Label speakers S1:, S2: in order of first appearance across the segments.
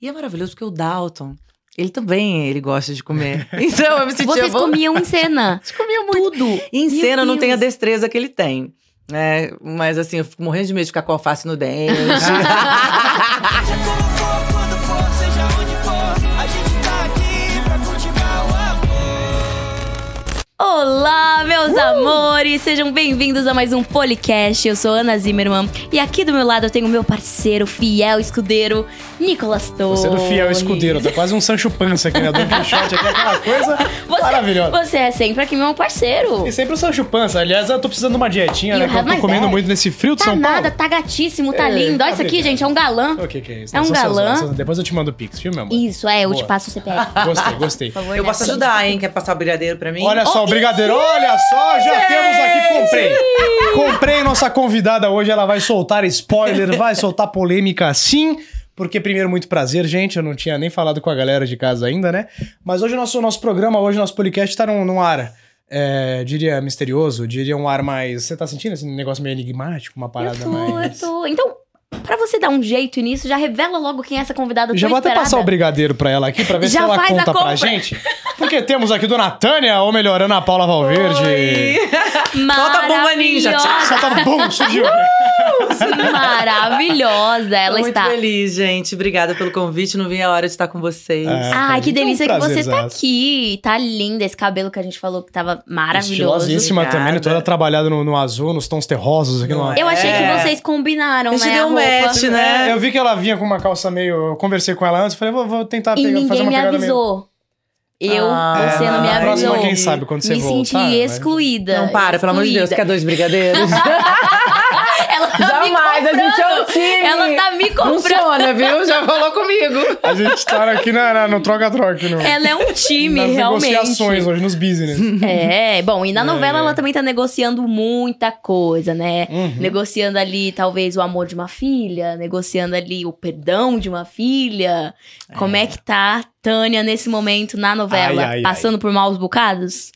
S1: E é maravilhoso porque o Dalton, ele também ele gosta de comer. Então eu me sentia
S2: Vocês
S1: bom.
S2: comiam em cena.
S1: Vocês comiam muito.
S2: Tudo.
S1: E em
S2: Meu
S1: cena não tem a
S2: Deus.
S1: destreza que ele tem. né? mas assim, eu fico morrendo de medo de ficar com alface no dente.
S3: Seja como for, quando for, seja onde for, a gente tá aqui pra cultivar o amor.
S2: Olá, meus amores! Sejam bem-vindos a mais um Policast. Eu sou Ana Zimmermann e aqui do meu lado eu tenho meu parceiro, fiel escudeiro, Nicolas Torres.
S4: Você é do fiel escudeiro, tá quase um Sancho Pança aqui, né? Don Quixote aqui, aquela coisa
S2: Você,
S4: maravilhosa.
S2: Você é sempre aqui meu parceiro.
S4: E sempre o Sancho Pança. Aliás, eu tô precisando de uma dietinha,
S2: You
S4: né? Que eu
S2: have
S4: tô
S2: my
S4: comendo
S2: back.
S4: muito nesse frio de
S2: Tá
S4: São
S2: nada,
S4: Paulo.
S2: tá gatíssimo, tá
S4: É,
S2: lindo. Olha isso aqui,
S4: obrigado.
S2: gente, é um galã.
S4: O que que é isso?
S2: É um
S4: São seus-
S2: galã.
S4: seus- Depois eu te mando o Pix, viu, meu amor?
S2: Isso, é, eu te
S4: Boa.
S2: passo o CPF. Por
S4: Gostei, gostei.
S2: favor,
S1: eu
S2: né?
S1: posso ajudar, hein? Quer passar o brigadeiro pra mim?
S4: Olha só, o brigadeiro, olha só, já temos aqui, comprei. Comprei nossa convidada hoje, ela vai soltar spoiler, vai soltar polêmica sim, porque primeiro, muito prazer, gente, eu não tinha nem falado com a galera de casa ainda, né? Mas hoje o nosso, nosso programa, hoje o nosso podcast tá num, num ar, é, diria, misterioso, diria um ar mais... Você tá sentindo esse negócio meio enigmático, uma parada é
S2: Eu tô, eu
S4: mais...
S2: tô. Então, pra você dar um jeito nisso, já revela logo quem é essa convidada
S4: Já
S2: tão
S4: vou até
S2: esperada.
S4: passar o brigadeiro pra ela aqui, pra ver se
S2: Já
S4: ela
S2: faz a
S4: conta pra
S2: compra.
S4: gente. Porque temos aqui Dona Tânia, ou melhor, Ana Paula Valverde.
S1: Solta a bomba ninja, tchau.
S2: Maravilhosa.
S4: Só tá bom, surgiu.
S2: Maravilhosa ela
S1: Tô muito
S2: está.
S1: feliz, gente. Obrigada pelo convite. Não vi a hora de estar com vocês.
S4: É.
S2: Ai, que delícia
S4: É um
S2: que você tá
S4: prazerzaço.
S2: aqui. Tá linda esse cabelo que a gente falou que tava maravilhoso.
S4: Estilosíssima
S1: Obrigada.
S4: também, né? toda trabalhada no, no azul, nos tons terrosos aqui. No...
S2: Eu achei
S1: É.
S2: que vocês combinaram,
S1: A gente
S2: né?
S1: deu um
S2: a roupa.
S1: match, né?
S4: É, eu vi que ela vinha com uma calça meio. Eu conversei com ela antes, falei, vou, vou tentar
S2: E
S4: pegar- fazer
S2: ninguém
S4: uma
S2: me
S4: pegada meio.
S2: avisou. Eu,
S1: Ah,
S2: você não me
S1: é.
S4: Na
S2: avisou.
S4: Próxima, quem sabe, quando você
S2: me
S4: voltar. né?
S2: senti
S4: vai-
S2: excluída.
S1: Não, para, pelo amor de Deus. Quer
S2: excluída.
S1: dois brigadeiros?
S2: Ela tá
S1: Jamais,
S2: me
S1: a gente é um
S2: comprando.
S1: time.
S2: Ela tá me comprando.
S1: Funciona, viu? Já falou comigo.
S4: A gente tá aqui na, na- no troca-troca, no,
S2: Ela é um time,
S4: nas
S2: realmente.
S4: negociações hoje, nos business.
S2: É, bom, e na novela
S4: É.
S2: ela também tá negociando muita coisa, né?
S4: Uhum.
S2: Negociando ali, talvez, o amor de uma filha, negociando ali o perdão de uma filha. Como é que tá a Tânia nesse momento na novela?
S4: Ai, ai, ai.
S2: Passando por maus bocados?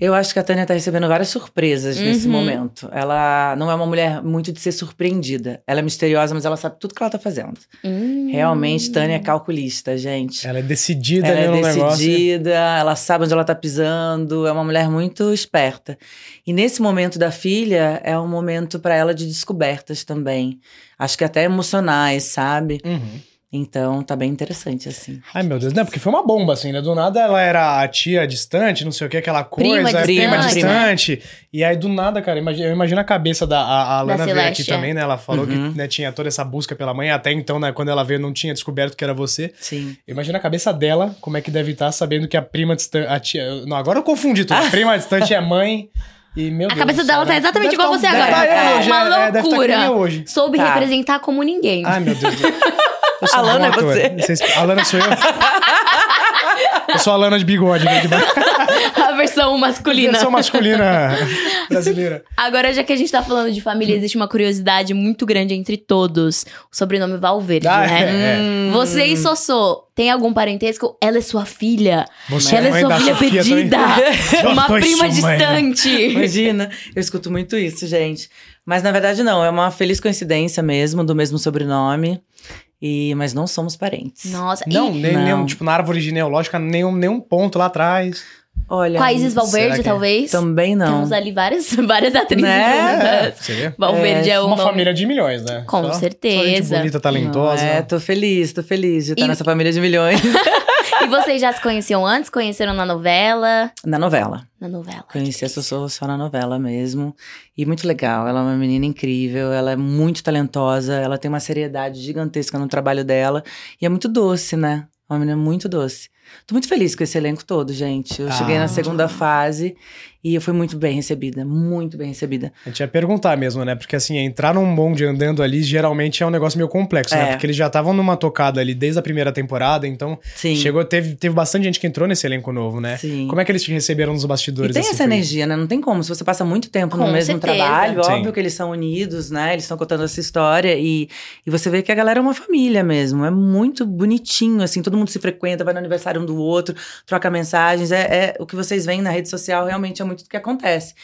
S1: Eu acho que a Tânia tá recebendo várias surpresas nesse
S2: Uhum.
S1: momento. Ela não é uma mulher muito de ser surpreendida. Ela é misteriosa, mas ela sabe tudo que ela tá fazendo.
S2: Hum.
S1: Realmente, Tânia é calculista, gente.
S4: Ela é decidida
S1: Ela
S4: ali
S1: é
S4: no negócio.
S1: decidida, ela sabe onde ela tá pisando, é uma mulher muito esperta. E nesse momento da filha, é um momento para ela de descobertas também. Acho que até emocionais, sabe?
S4: Uhum.
S1: Então, tá bem interessante, assim.
S4: Ai, meu Deus, né? Porque foi uma bomba, assim, né? Do nada ela era a tia distante, não sei o que, aquela coisa,
S2: Prima
S4: a prima
S1: distante.
S4: distante. E aí, do nada, cara, imagi- eu imagino a cabeça da a, a
S2: Da
S4: Lana veio aqui
S2: Celeste, é.
S4: também, né? Ela falou
S1: Uhum.
S4: que né, tinha toda essa busca pela mãe, até então, né, quando ela veio, não tinha descoberto que era você.
S1: Sim.
S4: Eu imagino a cabeça dela, como é que deve estar, sabendo que a prima distante. A tia, não, agora eu confundi tudo. A prima distante é mãe. E,
S2: A
S4: meu Deus
S2: cabeça
S4: do
S2: dela
S4: céu,
S2: tá
S4: né?
S2: exatamente
S4: Deve
S2: igual
S4: tá-
S2: você
S4: deve
S2: agora,
S4: tá eu
S2: cara.
S4: hoje,
S2: Uma
S4: é, deve tá que nem eu
S2: loucura.
S4: hoje.
S2: Soube
S1: Tá.
S2: representar como ninguém.
S4: Ai, meu Deus. Eu sou
S1: A Lana
S4: um
S1: é
S4: ator.
S1: você.
S4: Vocês- A Lana sou eu. Eu sou a Lana de bigode, né? de
S2: A versão masculina.
S4: versão masculina brasileira.
S2: Agora, já que a gente tá falando de família, existe uma curiosidade muito grande entre todos. O sobrenome Valverde,
S4: Ah,
S2: né?
S4: é, é.
S2: Você e Sossô, tem algum parentesco? Ela é sua filha.
S4: Você
S2: Ela é
S4: mãe
S2: sua
S4: da
S2: filha
S4: Sofia também?
S2: perdida. Uma
S4: Eu sou
S2: prima
S4: sua mãe.
S2: distante.
S1: Imagina, eu escuto muito isso, gente. Mas na verdade não, é uma feliz coincidência mesmo, do mesmo sobrenome. E mas não somos parentes.
S2: Nossa, e
S4: Não, nem,
S1: Não.
S4: nenhum, tipo, na árvore genealógica, nenhum, nenhum um ponto lá atrás.
S1: Olha, hum,
S2: Países
S4: Será
S2: Valverde,
S4: que é?
S2: talvez?
S1: também não.
S2: Temos ali várias, várias atrizes
S1: Né?
S2: juntas.
S4: Você vê?
S2: Valverde é, o
S4: Uma
S2: nome.
S4: família de milhões, né?
S2: Com
S4: Só- Só gente
S2: certeza.
S4: bonita, talentosa.
S1: Não, É, tô feliz, tô feliz de estar
S2: E-
S1: nessa família de milhões.
S2: E vocês já se conheciam antes? Conheceram na novela?
S1: na novela.
S2: Na novela.
S1: Conheci a Sossô só na novela mesmo. E muito legal. Ela é uma menina incrível, ela é muito talentosa, ela tem uma seriedade gigantesca no trabalho dela. E é muito doce, né? Uma menina muito doce. Tô muito feliz com esse elenco todo, gente. Eu
S4: Ah.
S1: cheguei na segunda fase e eu fui muito bem recebida, muito bem recebida.
S4: A gente ia perguntar mesmo, né? Porque assim, entrar num bonde andando ali geralmente é um negócio meio complexo,
S1: É.
S4: né? Porque eles já estavam numa tocada ali desde a primeira temporada, então
S1: Sim.
S4: chegou, teve, teve bastante gente que entrou nesse elenco novo, né?
S1: Sim.
S4: Como é que eles te receberam nos
S1: E
S4: bastidores?
S1: tem
S4: assim,
S1: essa
S4: foi-
S1: energia, né? Não tem como. Se você passa muito tempo no
S2: Com
S1: mesmo
S2: certeza.
S1: trabalho,
S4: Sim.
S1: óbvio que eles são unidos, né? Eles estão contando essa história e, e você vê que a galera é uma família mesmo. É muito bonitinho, assim. Todo mundo se frequenta, vai no aniversário um do outro, troca mensagens. É, é- o que vocês veem na rede social realmente é muito do que acontece.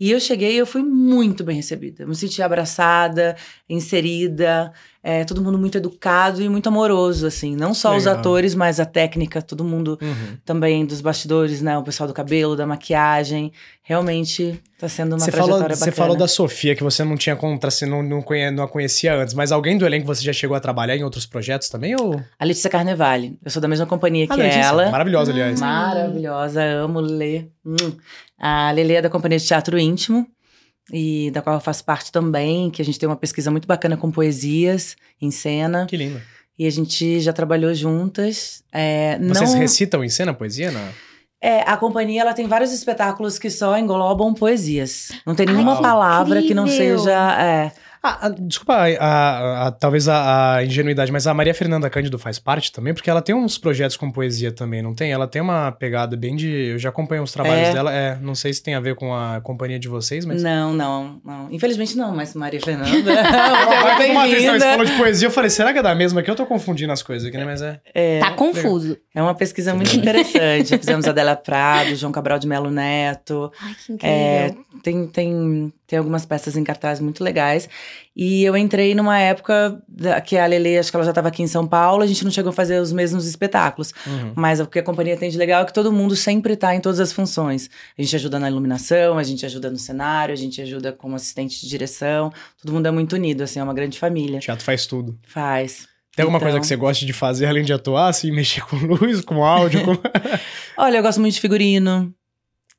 S1: E eu cheguei e eu fui muito bem recebida. Eu me senti abraçada, inserida. é, todo mundo muito educado e muito amoroso, assim. Não só os
S4: Legal.
S1: atores, mas a técnica, todo mundo
S4: Uhum.
S1: também dos bastidores, né? O pessoal do cabelo, da maquiagem. Realmente tá sendo uma
S4: Você, falou,
S1: trajetória
S4: você
S1: bacana.
S4: falou da Sofia, que você não tinha contra, você não, não, conhe- não a conhecia antes, mas alguém do elenco você já chegou a trabalhar em outros projetos também? Ou...
S1: A Letícia Carnevale. Eu sou da mesma companhia
S4: Ah,
S1: que
S4: Letícia,
S1: ela. Hum,
S4: Maravilhosa, aliás.
S1: Maravilhosa, amo Lê. Hum. A Lelê é da Companhia de Teatro Íntimo, e da qual eu faço parte também, que a gente tem uma pesquisa muito bacana com poesias em cena.
S4: Ah, Que linda.
S1: E a gente já trabalhou juntas. É,
S4: Vocês
S1: não...
S4: recitam em cena poesia? Não?
S1: É, a companhia ela tem vários espetáculos que só englobam poesias. Não tem nenhuma
S4: que
S1: palavra que não
S2: incrível.
S1: seja. é,
S4: Ah, ah, desculpa, a, a- a- talvez a, a ingenuidade, mas a Maria Fernanda Cândido faz parte também, porque ela tem uns projetos com poesia também, não tem? Ela tem uma pegada bem de. Eu já acompanho os trabalhos
S1: É.
S4: dela, é, não sei se tem a ver com a companhia de vocês, mas.
S1: Não, não, não. Infelizmente não, mas Maria Fernanda. você
S4: Ah,
S1: é
S4: que uma atenção, você
S1: bem-vinda.
S4: falou de poesia, eu falei, será que é da mesma que eu tô confundindo as coisas aqui, né? Mas é.
S1: É,
S2: Tá confuso.
S1: é uma pesquisa muito interessante. Fizemos a Adela Prado, João Cabral de Melo Neto.
S2: Ai, que incrível.
S1: É, tem, tem, tem algumas peças em cartaz muito legais. E eu entrei numa época da- que a Lele, acho que ela já estava aqui em São Paulo, a gente não chegou a fazer os mesmos espetáculos.
S4: Uhum.
S1: Mas o que a companhia tem de legal é que todo mundo sempre está em todas as funções. A gente ajuda na iluminação, a gente ajuda no cenário, a gente ajuda como assistente de direção. Todo mundo é muito unido, assim, é uma grande família.
S4: Uhum. Teatro faz tudo.
S1: Faz.
S4: Tem alguma
S1: Então-
S4: coisa que você goste de fazer além de atuar, assim, mexer com luz, com áudio? com-
S1: Olha, eu gosto muito de figurino.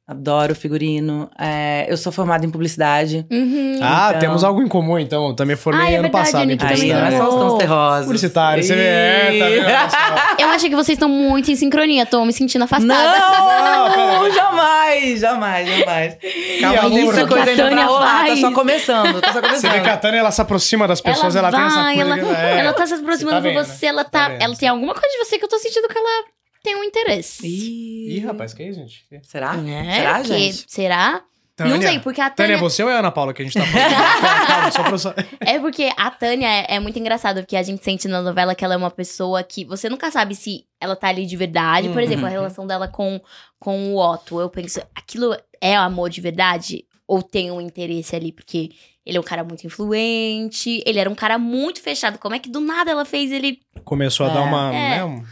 S1: Adoro figurino. É, eu sou formada em publicidade.
S2: Uhum.
S4: Ah,
S1: Então-
S4: temos algo em comum, então. Eu também formei
S2: Ah, é
S4: ano
S2: verdade,
S4: passado em
S2: Nick, também
S1: Aí,
S4: publicidade.
S1: não é só os tons terrosos.
S4: Publicitário, você vê. É, tá
S1: Ih.
S4: vendo? Olha só.
S2: Ah. Eu acho que vocês estão muito em sincronia, tô me sentindo afastada.
S1: Não, jamais, jamais, jamais.
S4: Calma,
S1: Calma, tem
S4: isso
S1: muita
S4: que
S2: a
S1: coisa ainda
S2: Tânia
S1: pra rolar, tá
S2: faz.
S1: só começando, tá só
S4: Você vê que
S1: começando.
S4: a Tânia, ela se aproxima das pessoas, ela,
S2: ela,
S4: tem essa
S2: vai,
S4: coisa.
S2: ela,
S4: é.
S2: ela tá se aproximando
S4: Você tá
S2: de
S4: vendo,
S2: você, ela tá.
S4: vendo.
S2: ela tem alguma coisa de você que eu tô sentindo que ela tem um interesse.
S1: Ih,
S4: Ih, né? rapaz, que é isso, gente?
S1: Será?
S2: É,
S1: Será,
S2: que-
S1: gente?
S2: Será? Não sei, porque a
S4: Tânia,
S2: Tânia.
S4: é você ou é a Ana Paula que a gente tá falando? Calma, só pra eu sa-
S2: É porque a Tânia é, é muito engraçada, porque a gente sente na novela que ela é uma pessoa que você nunca sabe se ela tá ali de verdade. Por
S4: Uhum.
S2: exemplo, a relação dela com, com o Otto. Eu penso, aquilo é amor de verdade? Ou tem um interesse ali? Porque ele é um cara muito influente, ele era um cara muito fechado. Como é que do nada ela fez ele.
S4: Começou a dar
S1: É.
S4: uma...
S2: É.
S4: né, um-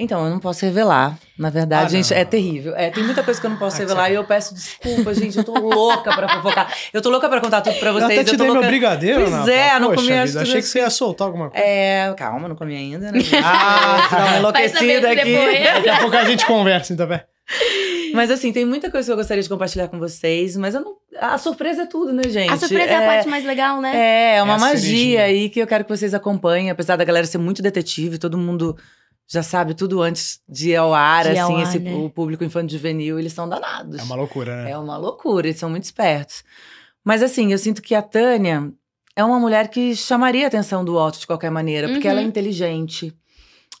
S1: Então, eu não posso revelar. Na verdade,
S4: Ah,
S1: gente,
S4: não.
S1: é terrível. É, tem muita coisa que eu não posso
S4: Ah, que
S1: revelar e eu peço desculpa, gente. Eu tô louca pra fofocar. Eu tô louca pra contar tudo pra
S4: Eu
S1: vocês.
S4: até te
S1: tô
S4: dei
S1: louca...
S4: meu brigadeiro,
S1: Pois
S4: Ana Paula.
S1: é, no
S4: Poxa
S1: começo
S4: vida,
S1: tudo
S4: achei que
S1: assim.
S4: você ia soltar alguma coisa.
S1: É, calma, não comi ainda, né? gente?
S4: Ah,
S1: Vou dar uma
S2: Vai saber
S1: enlouquecida
S2: se
S1: aqui.
S2: depois-
S4: Daqui a pouco a gente conversa, então, velho.
S1: Mas assim, tem muita coisa que eu gostaria de compartilhar com vocês, mas eu não. A surpresa é tudo, né, gente?
S2: A surpresa é, a parte mais legal, né?
S1: É, é uma
S4: É a
S1: magia
S4: cerejinha.
S1: aí que eu quero que vocês acompanhem, apesar da galera ser muito detetive, todo mundo já sabe tudo antes de ir ao ar,
S2: De ir
S1: assim,
S2: ao ar,
S1: esse-
S2: né?
S1: o público infantil juvenil, eles são danados.
S4: É uma loucura, né?
S1: É uma loucura, eles são muito espertos. Mas assim, eu sinto que a Tânia é uma mulher que chamaria a atenção do Otto de qualquer maneira, porque
S2: Uhum.
S1: ela é inteligente,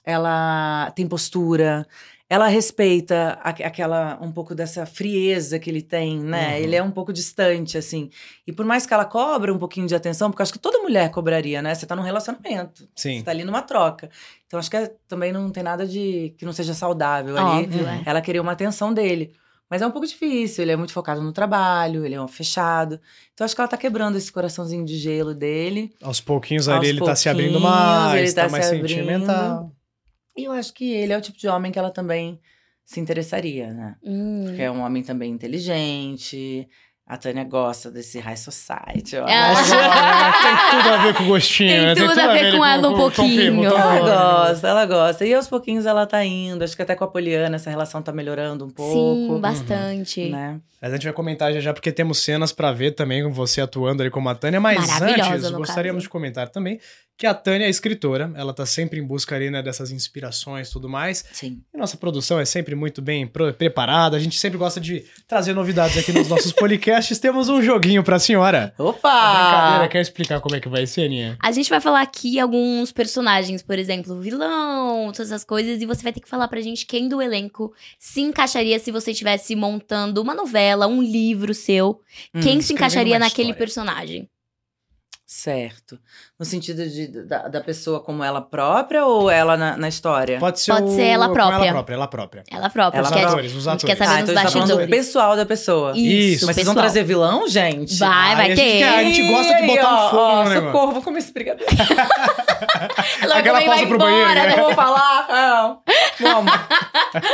S1: ela tem postura, ela respeita a- aquela um pouco dessa frieza que ele tem, né?
S4: Uhum.
S1: Ele é um pouco distante assim. E por mais que ela cobra um pouquinho de atenção, porque eu acho que toda mulher cobraria, né? Você tá num relacionamento, você
S4: Sim.
S1: tá ali numa troca. Então acho que é- também não tem nada de que não seja saudável ali.
S2: Óbvio, é.
S1: Ela queria uma atenção dele. Mas é um pouco difícil, ele é muito focado no trabalho, ele é um fechado. Então acho que ela tá quebrando esse coraçãozinho de gelo dele.
S4: Aos pouquinhos
S1: Aos
S4: ali ele tá se abrindo
S1: pouquinhos,
S4: mais,
S1: ele
S4: tá,
S1: tá
S4: mais
S1: se abrindo.
S4: sentimental.
S1: E eu acho que ele é o tipo de homem que ela também se interessaria, né?
S2: Hum.
S1: Que é um homem também inteligente. A Tânia gosta desse high society, eu
S2: Ah.
S1: acho.
S4: Nossa, né? Tem tudo a ver com o gostinho,
S2: Tem
S4: né?
S2: tudo a ver com ela um
S4: o Tom Pego,
S2: pouquinho.
S4: Tom
S1: Ela
S4: Pego.
S1: gosta, ela gosta. E aos pouquinhos ela tá indo. Acho que até com a Poliana essa relação tá melhorando um pouco.
S2: Sim, bastante.
S1: Né?
S4: Mas a gente vai comentar já já, porque temos cenas pra ver também com você atuando ali como a Tânia. Mas
S2: Maravilhosa,
S4: antes,
S2: no
S4: gostaríamos
S2: caso.
S4: de comentar também que a Tânia é escritora. Ela tá sempre em busca ali, né, dessas inspirações e tudo mais.
S1: Sim.
S4: E nossa produção é sempre muito bem pro- preparada. A gente sempre gosta de trazer novidades aqui nos nossos podcasts. Temos um joguinho pra senhora.
S2: Ah.
S4: A
S1: Opa!
S4: brincadeira, quer explicar como é que vai ser, Aninha?
S2: A gente vai falar aqui alguns personagens, por exemplo, vilão, todas essas coisas, e você vai ter que falar pra gente quem do elenco se encaixaria se você estivesse montando uma novela, um livro seu.
S1: Hum,
S2: quem se
S4: escrevendo
S2: encaixaria
S4: uma
S2: naquele
S4: história.
S2: personagem?
S1: Certo. No sentido de, da, da pessoa como ela própria ou ela na, na história?
S4: Pode ser,
S2: Pode
S4: o-
S2: ser ela
S4: com
S2: própria.
S4: Ela própria, ela própria.
S2: Ela própria.
S1: Ela
S2: acho que é de-
S1: própria.
S4: atores, os
S2: a gente
S4: atores.
S2: quer saber
S1: ah,
S2: nos
S1: então a gente tá falando do
S2: bastidores.
S1: pessoal da pessoa.
S2: Isso,
S1: Mas vocês vão
S2: pessoal.
S1: trazer vilão, gente?
S2: Vai,
S4: Ai,
S2: vai
S4: a gente
S2: ter.
S4: quer- É, a gente gosta de botar um fogo
S1: ó,
S4: no negócio.
S1: Socorro, vou comer esse brigadeiro.
S2: Ela vai
S4: Aquela
S2: comer e vai
S4: pausa pro
S2: embora,
S4: banheiro, né?
S1: Eu vou falar, não. Vamos.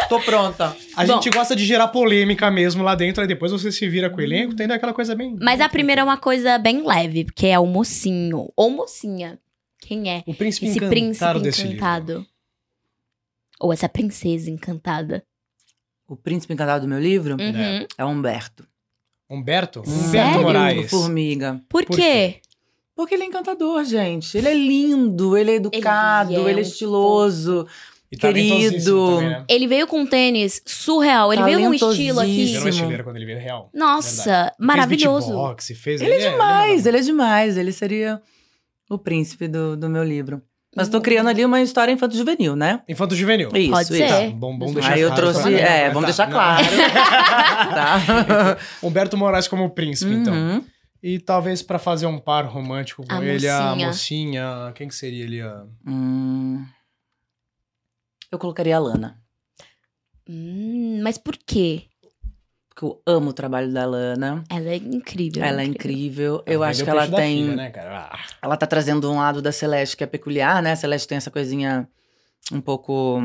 S1: Tô pronta.
S2: Bom.
S4: A
S2: Hum.
S4: gente gosta de gerar polêmica mesmo lá dentro, aí depois você se vira com o elenco, tem aquela coisa bem.
S2: Mas a primeira é uma coisa bem leve, porque é o mocinho. Ou mocinha. Quem é?
S4: O príncipe
S2: Esse
S4: encantado
S2: príncipe
S4: desse livro.
S2: encantado. Ou essa princesa encantada.
S1: O príncipe encantado do meu livro
S2: Uhum.
S1: é Humberto.
S4: Humberto?
S2: Sério?
S4: Humberto Moraes.
S1: Formiga.
S2: Por,
S4: Por
S2: quê?
S1: Porque ele é encantador, gente. Ele é lindo, ele é educado,
S2: Ele é
S1: ele é,
S2: um
S1: estiloso.
S4: E talentosíssimo
S1: Querido.
S4: também, né?
S2: Ele veio com um tênis surreal. Ele veio com um estilo aqui.
S4: Ele era um estileiro quando ele veio real.
S2: Nossa,
S4: Fez
S2: maravilhoso.
S4: beatbox, fez
S1: Ele é demais,
S4: ele
S1: ele é demais. Ele seria o príncipe do, do meu livro. Mas
S4: Hum.
S1: tô criando ali uma história infanto-juvenil, né?
S4: Infanto juvenil.
S1: Isso,
S2: Pode
S1: isso.
S2: ser.
S4: Tá, bom, bom deixar
S1: Aí eu
S4: claro pra
S1: trouxe.
S4: galera.
S1: É,
S4: Ah,
S1: vamos deixar
S4: tá,
S1: claro.
S4: não.
S1: tá?
S4: Humberto Moraes como príncipe, então.
S1: Uhum.
S4: E talvez pra fazer um par romântico com
S2: A
S4: ele, a
S2: mocinha.
S4: mocinha. Quem que seria ele? A...
S1: Hum. Eu colocaria a Lana.
S2: Hum, mas por quê?
S1: Porque eu amo o trabalho da Lana.
S2: Ela é incrível.
S1: Ela é incrível. Eu
S4: Ela
S1: acho
S4: vendeu
S1: que
S4: o
S1: ela
S4: peixe da
S1: tem.
S4: filha, né, cara? Ah,
S1: Ela tá trazendo um lado da Celeste que é peculiar, né? A Celeste tem essa coisinha um pouco.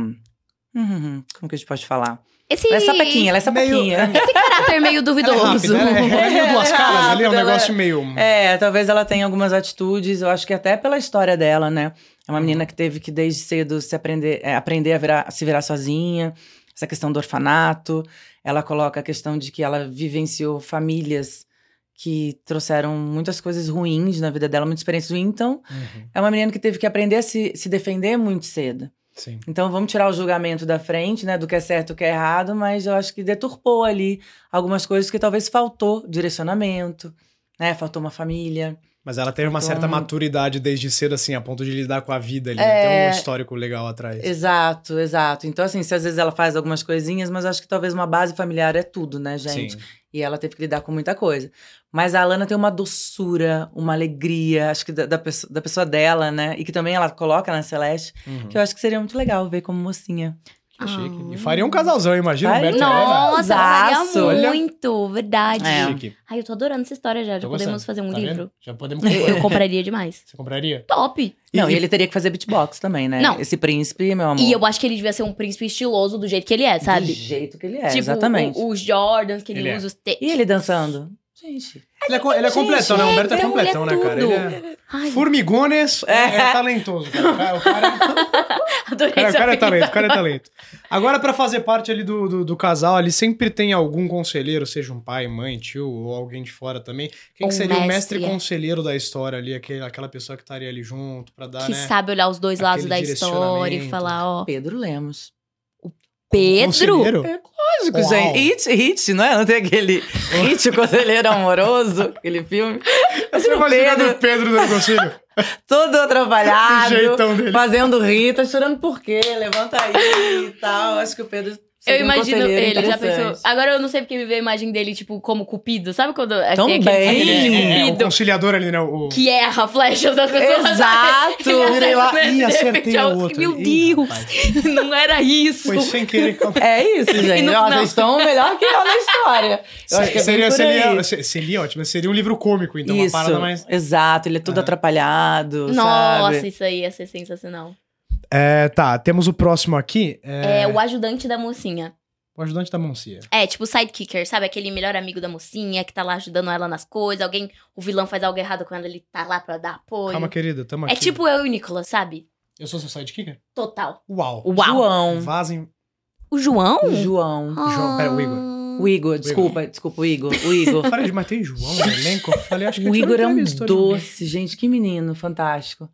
S1: Uhum, Como que a gente pode falar?
S2: Esse,
S1: Ela é sapequinha, ela é
S4: Meio-
S1: sapequinha.
S2: esse caráter meio
S4: Ela é
S2: duvidoso.
S4: rápida, ela é- ela é meio duas caras ali, é um
S1: Ela é-
S4: negócio meio...
S1: É, talvez ela tenha algumas atitudes, eu acho que até pela história dela, né? É uma menina que teve que desde cedo se aprender, é, aprender a, virar- a se virar sozinha, essa questão do orfanato. Ela coloca a questão de que ela vivenciou famílias que trouxeram muitas coisas ruins na vida dela, muitas experiências ruins. Então,
S4: Uhum,
S1: é uma menina que teve que aprender a se, se defender muito cedo.
S4: Sim.
S1: Então, vamos tirar o julgamento da frente, né? Do que é certo, o que é errado, mas eu acho que deturpou ali algumas coisas que talvez faltou direcionamento, né? Faltou uma família.
S4: Mas ela teve uma
S1: Então-
S4: certa maturidade desde cedo, assim, a ponto de lidar com a vida ali.
S1: É.
S4: né? Tem um histórico legal atrás.
S1: Exato, exato. Então, assim, se às vezes ela faz algumas coisinhas, mas eu acho que talvez uma base familiar é tudo, né, gente?
S4: Sim.
S1: E ela teve que lidar com muita coisa. Mas a Alana tem uma doçura, uma alegria, acho que da, da, pessoa, da pessoa dela, né? E que também ela coloca na Celeste,
S4: Uhum.
S1: que eu acho que seria muito legal ver como mocinha.
S4: Que chique. E faria um casalzão, imagina,
S1: Faria.
S4: Humberto e Eva.
S2: Nossa, ela
S1: Zaço,
S2: faria
S1: olha.
S2: muito, verdade.
S1: É.
S4: Chique.
S2: Ai, eu tô adorando essa história já. Já
S4: Tô
S2: podemos
S4: gostando.
S2: fazer um
S4: Tá
S2: livro.
S4: vendo? Já podemos
S2: Eu, eu
S4: comprar.
S2: compraria demais.
S4: Você compraria?
S2: Top!
S1: Não,
S4: E-
S1: e, ele teria que fazer beatbox também, né?
S2: Não.
S1: Esse príncipe, meu amor.
S2: E eu acho que ele devia ser um príncipe estiloso do jeito que ele é,
S1: Do
S2: sabe?
S1: jeito que ele é,
S2: tipo,
S1: exatamente.
S2: o- os Jordans que ele,
S4: Ele é.
S2: usa, os te...
S1: E ele dançando? Gente.
S4: Ele é, co- ele é
S1: Gente,
S4: completão, né? O Humberto é
S2: ele é
S4: completão, né, cara? Ele é...
S2: Ai,
S4: Formigones é, é talentoso, cara. O cara- O cara,
S2: adorei
S4: o cara- o
S2: essa
S4: cara é talento, o
S2: pergunta.
S4: cara é talento. Agora, pra fazer parte ali do, do, do casal, ali sempre tem algum conselheiro, seja um pai, mãe, tio ou alguém de fora também. Quem
S2: Um
S4: que seria
S2: mestre,
S4: o mestre
S2: é.
S4: conselheiro da história ali, aquele, aquela pessoa que estaria ali junto pra dar,
S2: Que
S4: né?
S2: sabe olhar os dois lados
S4: Aquele
S2: da história e
S4: direcionamento.
S2: falar, ó.
S1: Pedro Lemos.
S2: Pedro! É
S4: Conselheiro?
S1: Lógico,
S4: Uau.
S1: gente. Tipo, It, It, não é? Não tem aquele It, o Conselheiro Amoroso, aquele filme.
S4: Você
S1: Imagina o
S4: imagina
S1: Pedro,
S4: o Pedro dando conselho?
S1: todo
S4: o
S1: atrapalhado,
S4: jeitão dele.
S1: fazendo rir, tá chorando por quê? Levanta aí e tal. Acho que o Pedro
S2: Eu
S1: seria um
S2: imagino
S1: conselheiro
S2: ele, já pensou. Ah,
S1: interessante.
S2: Agora eu não sei porque me veio a imagem dele, tipo, como Cupido. Sabe quando. é- tem
S1: Também.
S2: aquele- aquele
S4: É, é, o
S2: Cupido
S4: conciliador ali, né? O...
S2: que erra flechas das pessoas.
S1: Exato.
S2: Ele
S4: Virei
S2: acerta,
S4: lá
S2: né? De
S4: Tá, e acertei
S2: repente,
S4: a
S2: eu-
S4: outra.
S2: Meu
S4: Ih,
S2: Deus,
S4: rapaz,
S2: não era isso.
S4: Foi sem querer.
S1: É isso, gente.
S2: no
S1: Ó,
S2: final-
S1: Vocês estão melhor que eu na história. Eu acho que é bem
S4: seria,
S1: por
S4: seria,
S1: aí.
S4: se- seria ótimo, mas seria um livro cômico, então,
S1: isso,
S4: uma parada mais.
S1: exato. Ele é todo
S4: Aham.
S1: atrapalhado,
S2: Nossa,
S1: sabe?
S2: isso aí ia ser sensacional.
S4: É, tá, temos o próximo aqui.
S2: É.
S4: É,
S2: o ajudante da mocinha.
S4: O ajudante da Moncia.
S2: É, tipo o sidekicker, sabe? Aquele melhor amigo da mocinha que tá lá ajudando ela nas coisas. Alguém, o vilão faz algo errado com ela, ele tá lá pra dar apoio.
S4: Calma, querida, tamo
S2: é
S4: aqui.
S2: tipo eu e o Nicolas, sabe?
S4: Eu sou seu sidekicker?
S2: Total.
S4: Uau.
S2: Uau.
S1: João.
S4: Vazem.
S2: O João?
S1: O João.
S4: João, pera, o Igor.
S2: Ah.
S1: O Igor, desculpa, desculpa, o Igor. O Igor.
S4: Para de matar João no elenco. Eu Falei, acho que tá a
S1: O
S4: gente não
S1: Igor é um
S4: entrevistou ninguém.
S1: doce, gente, que menino fantástico.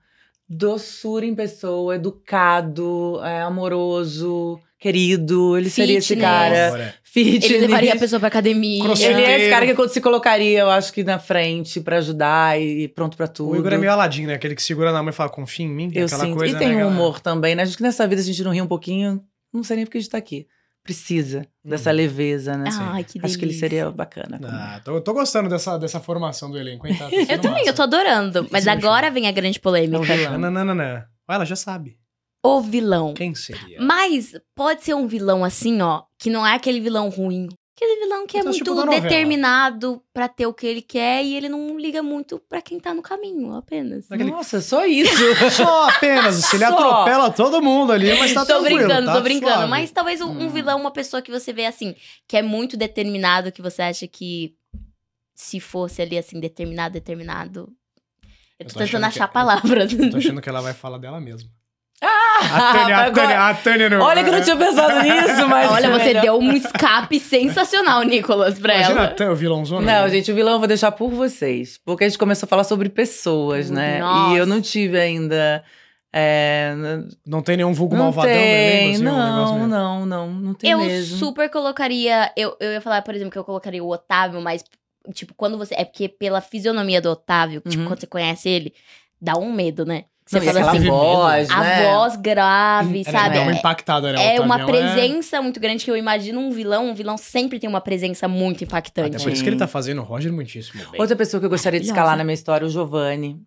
S1: Doçura em pessoa, educado, é, amoroso, querido. Ele seria esse
S2: Fitness.
S1: cara.
S4: Agora.
S1: Fitness.
S2: Ele levaria a pessoa pra academia.
S4: Crossfit.
S1: Ele é esse
S4: Solteiro.
S1: cara que se colocaria, eu acho que na frente pra ajudar e pronto pra tudo.
S4: O Igor é meio aladinho, né? Aquele que segura na mão e fala, confia em mim.
S1: eu
S4: aquela
S1: sinto.
S4: coisa,
S1: e tem
S4: né,
S1: um
S4: galera?
S1: humor também, né? Acho que nessa vida a gente não ri um pouquinho, não sei nem porque a gente tá aqui. precisa dessa leveza, né?
S2: Ai, que delícia.
S1: Acho que ele seria bacana.
S4: Uhum. Ah, tô, tô gostando dessa, dessa formação do elenco, hein? Tá, tá
S2: Eu também, eu tô adorando. Mas
S4: Sim,
S2: agora vem a grande polêmica.
S4: Não, não, não, não. Ela já sabe.
S2: O vilão.
S4: Quem seria?
S2: Mas pode ser um vilão assim, ó, que não é aquele vilão ruim. Aquele vilão que é
S4: Então,
S2: muito
S4: tipo da novela.
S2: determinado pra ter o que ele quer e ele não liga muito pra quem tá no caminho, apenas.
S4: Daquele-
S1: Nossa, só isso.
S4: Só apenas, se ele
S1: Só.
S4: atropela todo mundo ali, mas tá
S2: tô
S4: tranquilo,
S2: brincando,
S4: tá
S2: tô brincando.
S4: suave.
S2: Mas talvez um, um
S1: Hum.
S2: vilão, uma pessoa que você vê assim, que é muito determinado, que você acha que se fosse ali assim, determinado, determinado. Eu
S4: Eu
S2: tô,
S4: tô
S2: tentando
S4: achando que- é
S2: achar palavras.
S4: Eu Tô achando que é ela vai falar dela mesma.
S2: Ah,
S4: a Tânia, a
S1: Agora-
S4: Tânia, a Tânia não-
S1: Olha que eu não tinha pensado nisso, mas.
S2: Olha, você
S1: melhor.
S2: deu um escape sensacional, Nicolas, pra
S4: Imagina
S2: ela.
S4: a Tânia, o vilãozona.
S1: Não,
S4: né?
S1: gente, o vilão eu vou deixar por vocês. Porque a gente começou a falar sobre pessoas, né?
S2: Nossa.
S1: E eu não tive ainda. é, n-
S4: Não tem nenhum vulgo
S1: não
S4: malvadão,
S1: tem,
S4: né? Lembra, assim, um
S1: não,
S4: negócio meio-
S1: não, não, não tem
S2: eu
S1: mesmo.
S2: super colocaria. Eu, eu ia falar, por exemplo, que eu colocaria o Otávio, mas, tipo, quando você. É porque pela fisionomia do Otávio, tipo,
S1: Uhum.
S2: quando você conhece ele, dá um medo, né? Você
S1: Não, e
S2: fala
S1: aquela
S2: assim,
S1: voz,
S2: a
S1: né?
S2: voz grave,
S4: Ela
S2: sabe?
S4: dá uma
S2: É-
S4: impactada, né?
S2: É
S4: O
S2: uma
S4: Otavião
S2: presença muito grande que eu imagino um vilão. Um vilão sempre tem uma presença muito
S4: Até
S2: impactante.
S4: por isso que ele tá fazendo o Roger muitíssimo bem.
S1: Outra pessoa que eu gostaria de escalar na minha história, é o Giovanni.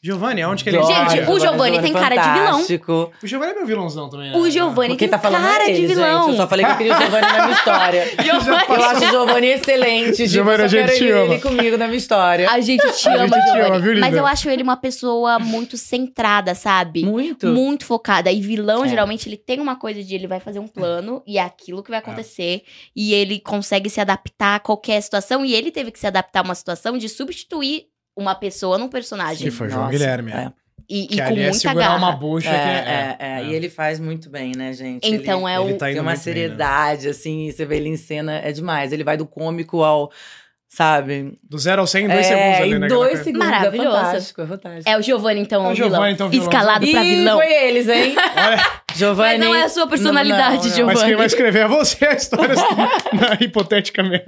S4: Giovanni, é aonde que ele
S2: Gente,
S4: Olha,
S2: o Giovanni tem cara de vilão.
S1: vilão.
S4: O Giovanni é meu vilãozão também, né?
S2: O Giovanni
S1: Porque
S2: tem
S1: tá falando
S2: cara
S1: é ele,
S2: de vilão.
S1: Gente. Eu só falei que eu queria o Giovanni na minha história.
S2: Giovanni-
S1: Eu acho o Giovanni excelente.
S4: Giovanni,
S1: Giovanni,
S4: a
S1: eu só
S4: gente
S1: quero
S4: te
S1: ele
S4: ama.
S1: comigo na minha história.
S2: A gente te
S4: A
S2: ama,
S4: gente te ama, é
S2: Giovanni.
S4: viu, linda?
S2: Mas eu acho ele uma pessoa muito centrada, sabe?
S1: Muito?
S2: muito focada. E vilão,
S1: É.
S2: geralmente, ele tem uma coisa de ele vai fazer um plano e é aquilo que vai acontecer. E ele consegue se adaptar a qualquer situação. E ele teve que se adaptar a uma situação de substituir uma pessoa num personagem.
S4: Que foi o João
S1: Nossa,
S4: Guilherme.
S1: é.
S2: E, e
S4: Que
S2: com
S4: ali é
S2: muita
S4: segurar
S2: garra.
S4: uma bucha
S1: É,
S4: que
S1: é, é. E ele faz muito bem, né, gente?
S2: Então
S1: ele...
S2: é
S4: ele
S2: um.
S4: tá indo
S1: Tem uma
S4: muito bem, né?
S1: seriedade, assim, você vê ele em cena, é demais. Ele vai do cômico ao, sabe?
S4: Do zero ao 100 em dois
S1: é,
S4: segundos ali,
S1: em
S4: né?
S1: dois
S4: galera?
S1: segundos.
S2: Maravilhoso.
S1: É fantástico, é fantástico.
S2: É o Giovanni, então,
S4: É o
S2: o vilão.
S4: Giovanni, então, o vilão.
S2: Escalado pra
S1: Ih,
S2: vilão.
S1: foi eles, hein?
S4: Olha,
S1: Giovanni.
S2: Mas não é a sua
S1: Não,
S2: personalidade,
S1: não, não.
S2: Giovanni.
S4: mas quem vai escrever é você a história, assim, na- hipoteticamente.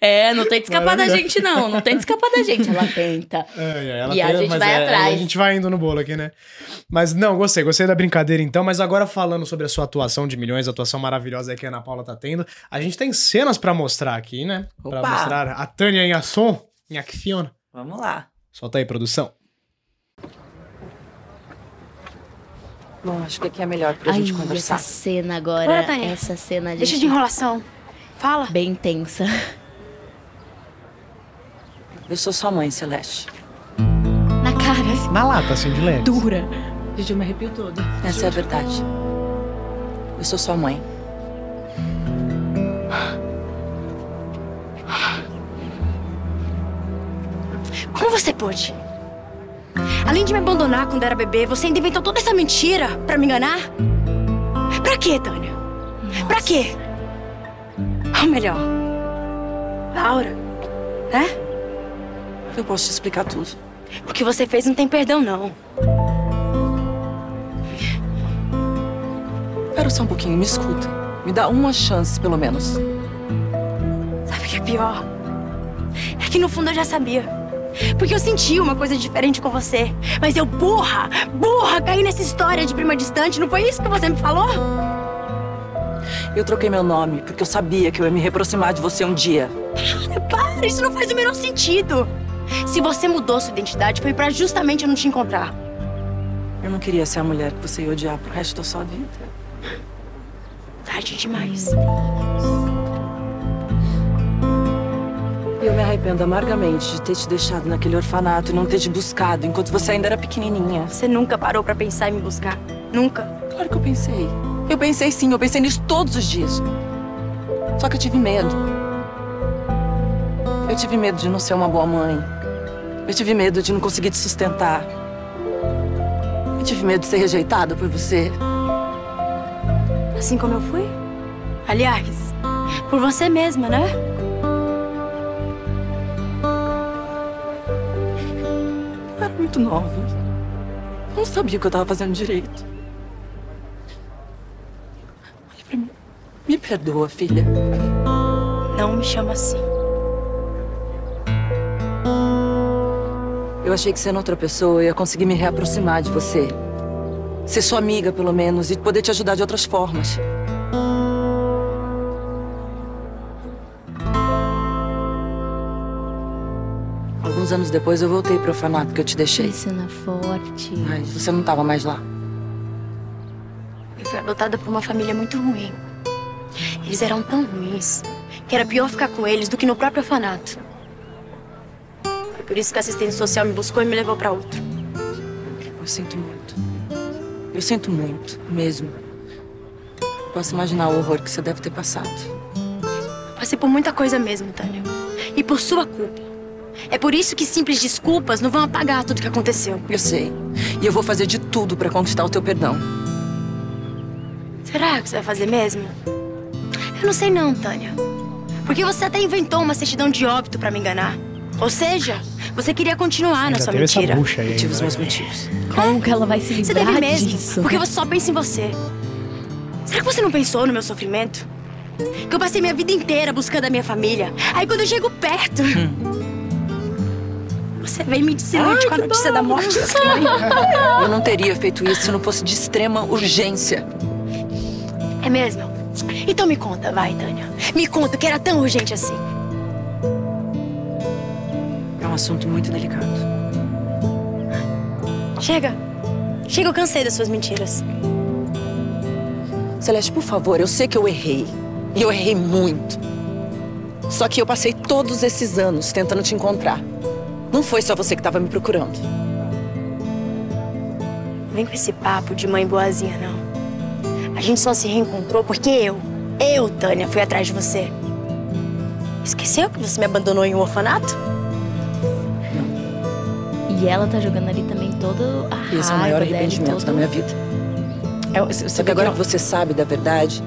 S2: É, não tem que escapar da
S4: Maravilha.
S2: gente, não. Não tem que escapar da gente. Ela tenta.
S4: Ai, ai, ela
S2: E a
S4: tem-
S2: gente
S4: mas
S2: vai
S4: é,
S2: atrás.
S4: A gente vai indo no bolo aqui, né? Mas não, gostei, gostei da brincadeira então. Mas agora falando sobre a sua atuação de milhões, a atuação maravilhosa aí que a Ana Paula tá tendo, a gente tem cenas pra mostrar aqui, né? Pra
S1: Opa!
S4: mostrar a Tânia em ação, em acciona.
S1: Vamos lá.
S4: Solta aí, produção.
S1: Bom, acho que aqui é melhor pra
S2: Ai, essa cena agora.
S5: Bora, Tânia.
S2: Essa cena, gente.
S5: Deixa de enrolação. Fala.
S2: Bem tensa.
S1: Eu sou sua mãe, Celeste.
S2: Na cara, assim,
S4: Na lata, assim, de leve.
S2: dura.
S1: Gente, eu me arrepio toda.
S6: Essa é a verdade. Eu sou sua mãe.
S5: Como você pôde? Além de me abandonar quando era bebê, você ainda inventou toda essa mentira pra me enganar? Pra quê, Tânia? Pra quê? Ou melhor, Laura, né?
S6: Eu posso te explicar tudo.
S5: O que você fez não tem perdão, não.
S6: Espera só um pouquinho, me escuta. Me dá uma chance, pelo menos.
S5: Sabe o que é pior? É que no fundo eu já sabia. Porque eu senti uma coisa diferente com você. Mas eu, burra, burra, caí nessa história de prima distante. Não foi isso que você me falou?
S6: Eu troquei meu nome porque eu sabia que eu ia me reaproximar de você um dia.
S5: Para, isso não faz o menor sentido. Se você mudou sua identidade, foi pra justamente eu não te encontrar.
S6: Eu não queria ser a mulher que você ia odiar pro resto da sua vida.
S5: Tarde demais.
S6: E eu me arrependo amargamente de ter te deixado naquele orfanato e não ter te buscado enquanto você ainda era pequenininha.
S5: Você nunca parou pra pensar em me buscar. Nunca.
S6: Claro que eu pensei. Eu pensei sim, eu pensei nisso todos os dias. Só que eu tive medo. Eu tive medo de não ser uma boa mãe. Eu tive medo de não conseguir te sustentar. Eu tive medo de ser rejeitada por você.
S5: Assim como eu fui? Aliás, por você mesma, né?
S6: Eu era É muito nova. Eu não sabia o que eu estava fazendo direito. Olha pra mim. Me perdoa, filha.
S5: Não me chama assim.
S6: Eu achei que sendo outra pessoa eu ia conseguir me reaproximar de você. Ser sua amiga, pelo menos, e poder te ajudar de outras formas. alguns anos depois eu voltei pro orfanato que eu te deixei.
S2: Cena forte.
S6: Mas você não tava mais lá.
S5: Eu fui adotada por uma família muito ruim. Eles eram tão ruins que era pior ficar com eles do que no próprio orfanato. Foi por isso que a assistente social me buscou e me levou pra outro.
S6: Eu sinto muito. Eu sinto muito, mesmo. Posso imaginar o horror que você deve ter passado.
S5: Passei por muita coisa mesmo, Tânia. E por sua culpa. É por isso que simples desculpas não vão apagar tudo que aconteceu.
S6: Eu sei. E eu vou fazer de tudo pra conquistar o teu perdão.
S5: Será que você vai fazer mesmo? Eu não sei não, Tânia. Porque você até inventou uma certidão de óbito pra me enganar. Ou seja, você queria continuar na
S4: Já
S5: sua
S4: teve essa
S5: mentira.
S4: bucha aí.
S6: Eu tive os
S4: ainda,
S6: meus
S4: né?
S6: motivos.
S2: Como que ela vai se
S5: Você
S2: livrar
S5: deve mesmo,
S2: disso?
S5: porque você só pensa em você. Será que você não pensou no meu sofrimento? Que eu passei minha vida inteira buscando a minha família. Aí quando eu chego perto. Você vem me desiludir com a notícia da morte da sua mãe.
S6: Eu não teria feito isso se não fosse de extrema urgência.
S5: É mesmo? Então me conta, vai, Tânia. Me conta que era tão urgente assim.
S6: É um assunto muito delicado.
S5: Chega. Chega, eu cansei das suas mentiras.
S6: Celeste, por favor, eu sei que eu errei. E eu errei muito. Só que eu passei todos esses anos tentando te encontrar. Não foi só você que estava me procurando.
S5: Vem com esse papo de mãe boazinha, não. A gente só se reencontrou porque eu, eu, Tânia, fui atrás de você. Esqueceu que você me abandonou em um orfanato?
S2: E ela tá jogando ali também todo a
S6: E esse é
S2: raiva
S6: o maior
S2: dela e
S6: arrependimento
S2: todo-
S6: da minha vida.
S1: É,
S6: Só que agora que você sabe da verdade,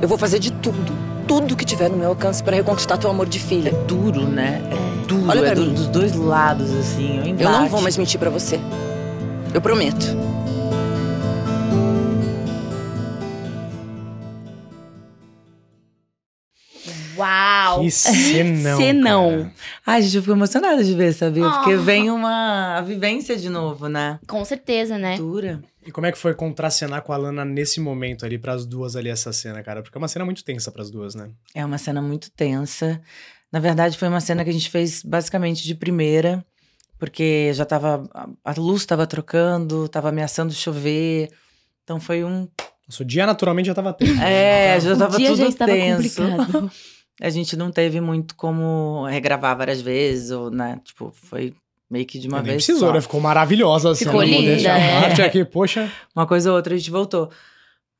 S6: eu vou fazer de tudo, tudo que tiver no meu alcance para reconquistar teu amor de
S1: É
S6: filha.
S1: duro, né? É duro.
S6: Olha
S1: é
S6: pra
S1: do-
S6: mim.
S1: dos dois lados, assim. é um embate.
S6: Eu não vou mais mentir para você. Eu prometo.
S2: Uau!
S4: Que senão.
S2: Senão.
S4: cara.
S1: Ai, gente, eu fico emocionada de ver, sabia? Porque
S2: Ah.
S1: vem uma vivência de novo, né?
S2: Com certeza, né?
S1: Dura.
S4: E como é que foi contracenar com a Lana nesse momento ali, pras duas ali, essa cena, cara? Porque é uma cena muito tensa pras duas, né?
S1: É uma cena muito tensa. Na verdade, foi uma cena que a gente fez basicamente de primeira, porque já tava. a- A luz tava trocando, tava ameaçando chover. Então foi um.
S4: Nosso dia naturalmente já tava né? tenso.
S1: É, já
S2: O
S1: tava
S2: Um dia
S1: tudo
S2: já estava
S1: tenso.
S2: complicado.
S1: A gente não teve muito como regravar várias vezes, ou, né? Tipo, foi meio que de uma
S4: Nem
S1: vez.
S4: precisou,
S1: só.
S4: né? Ficou maravilhosa assim.
S2: Ficou linda, é.
S4: Arte aqui, poxa.
S1: uma coisa ou outra a gente voltou.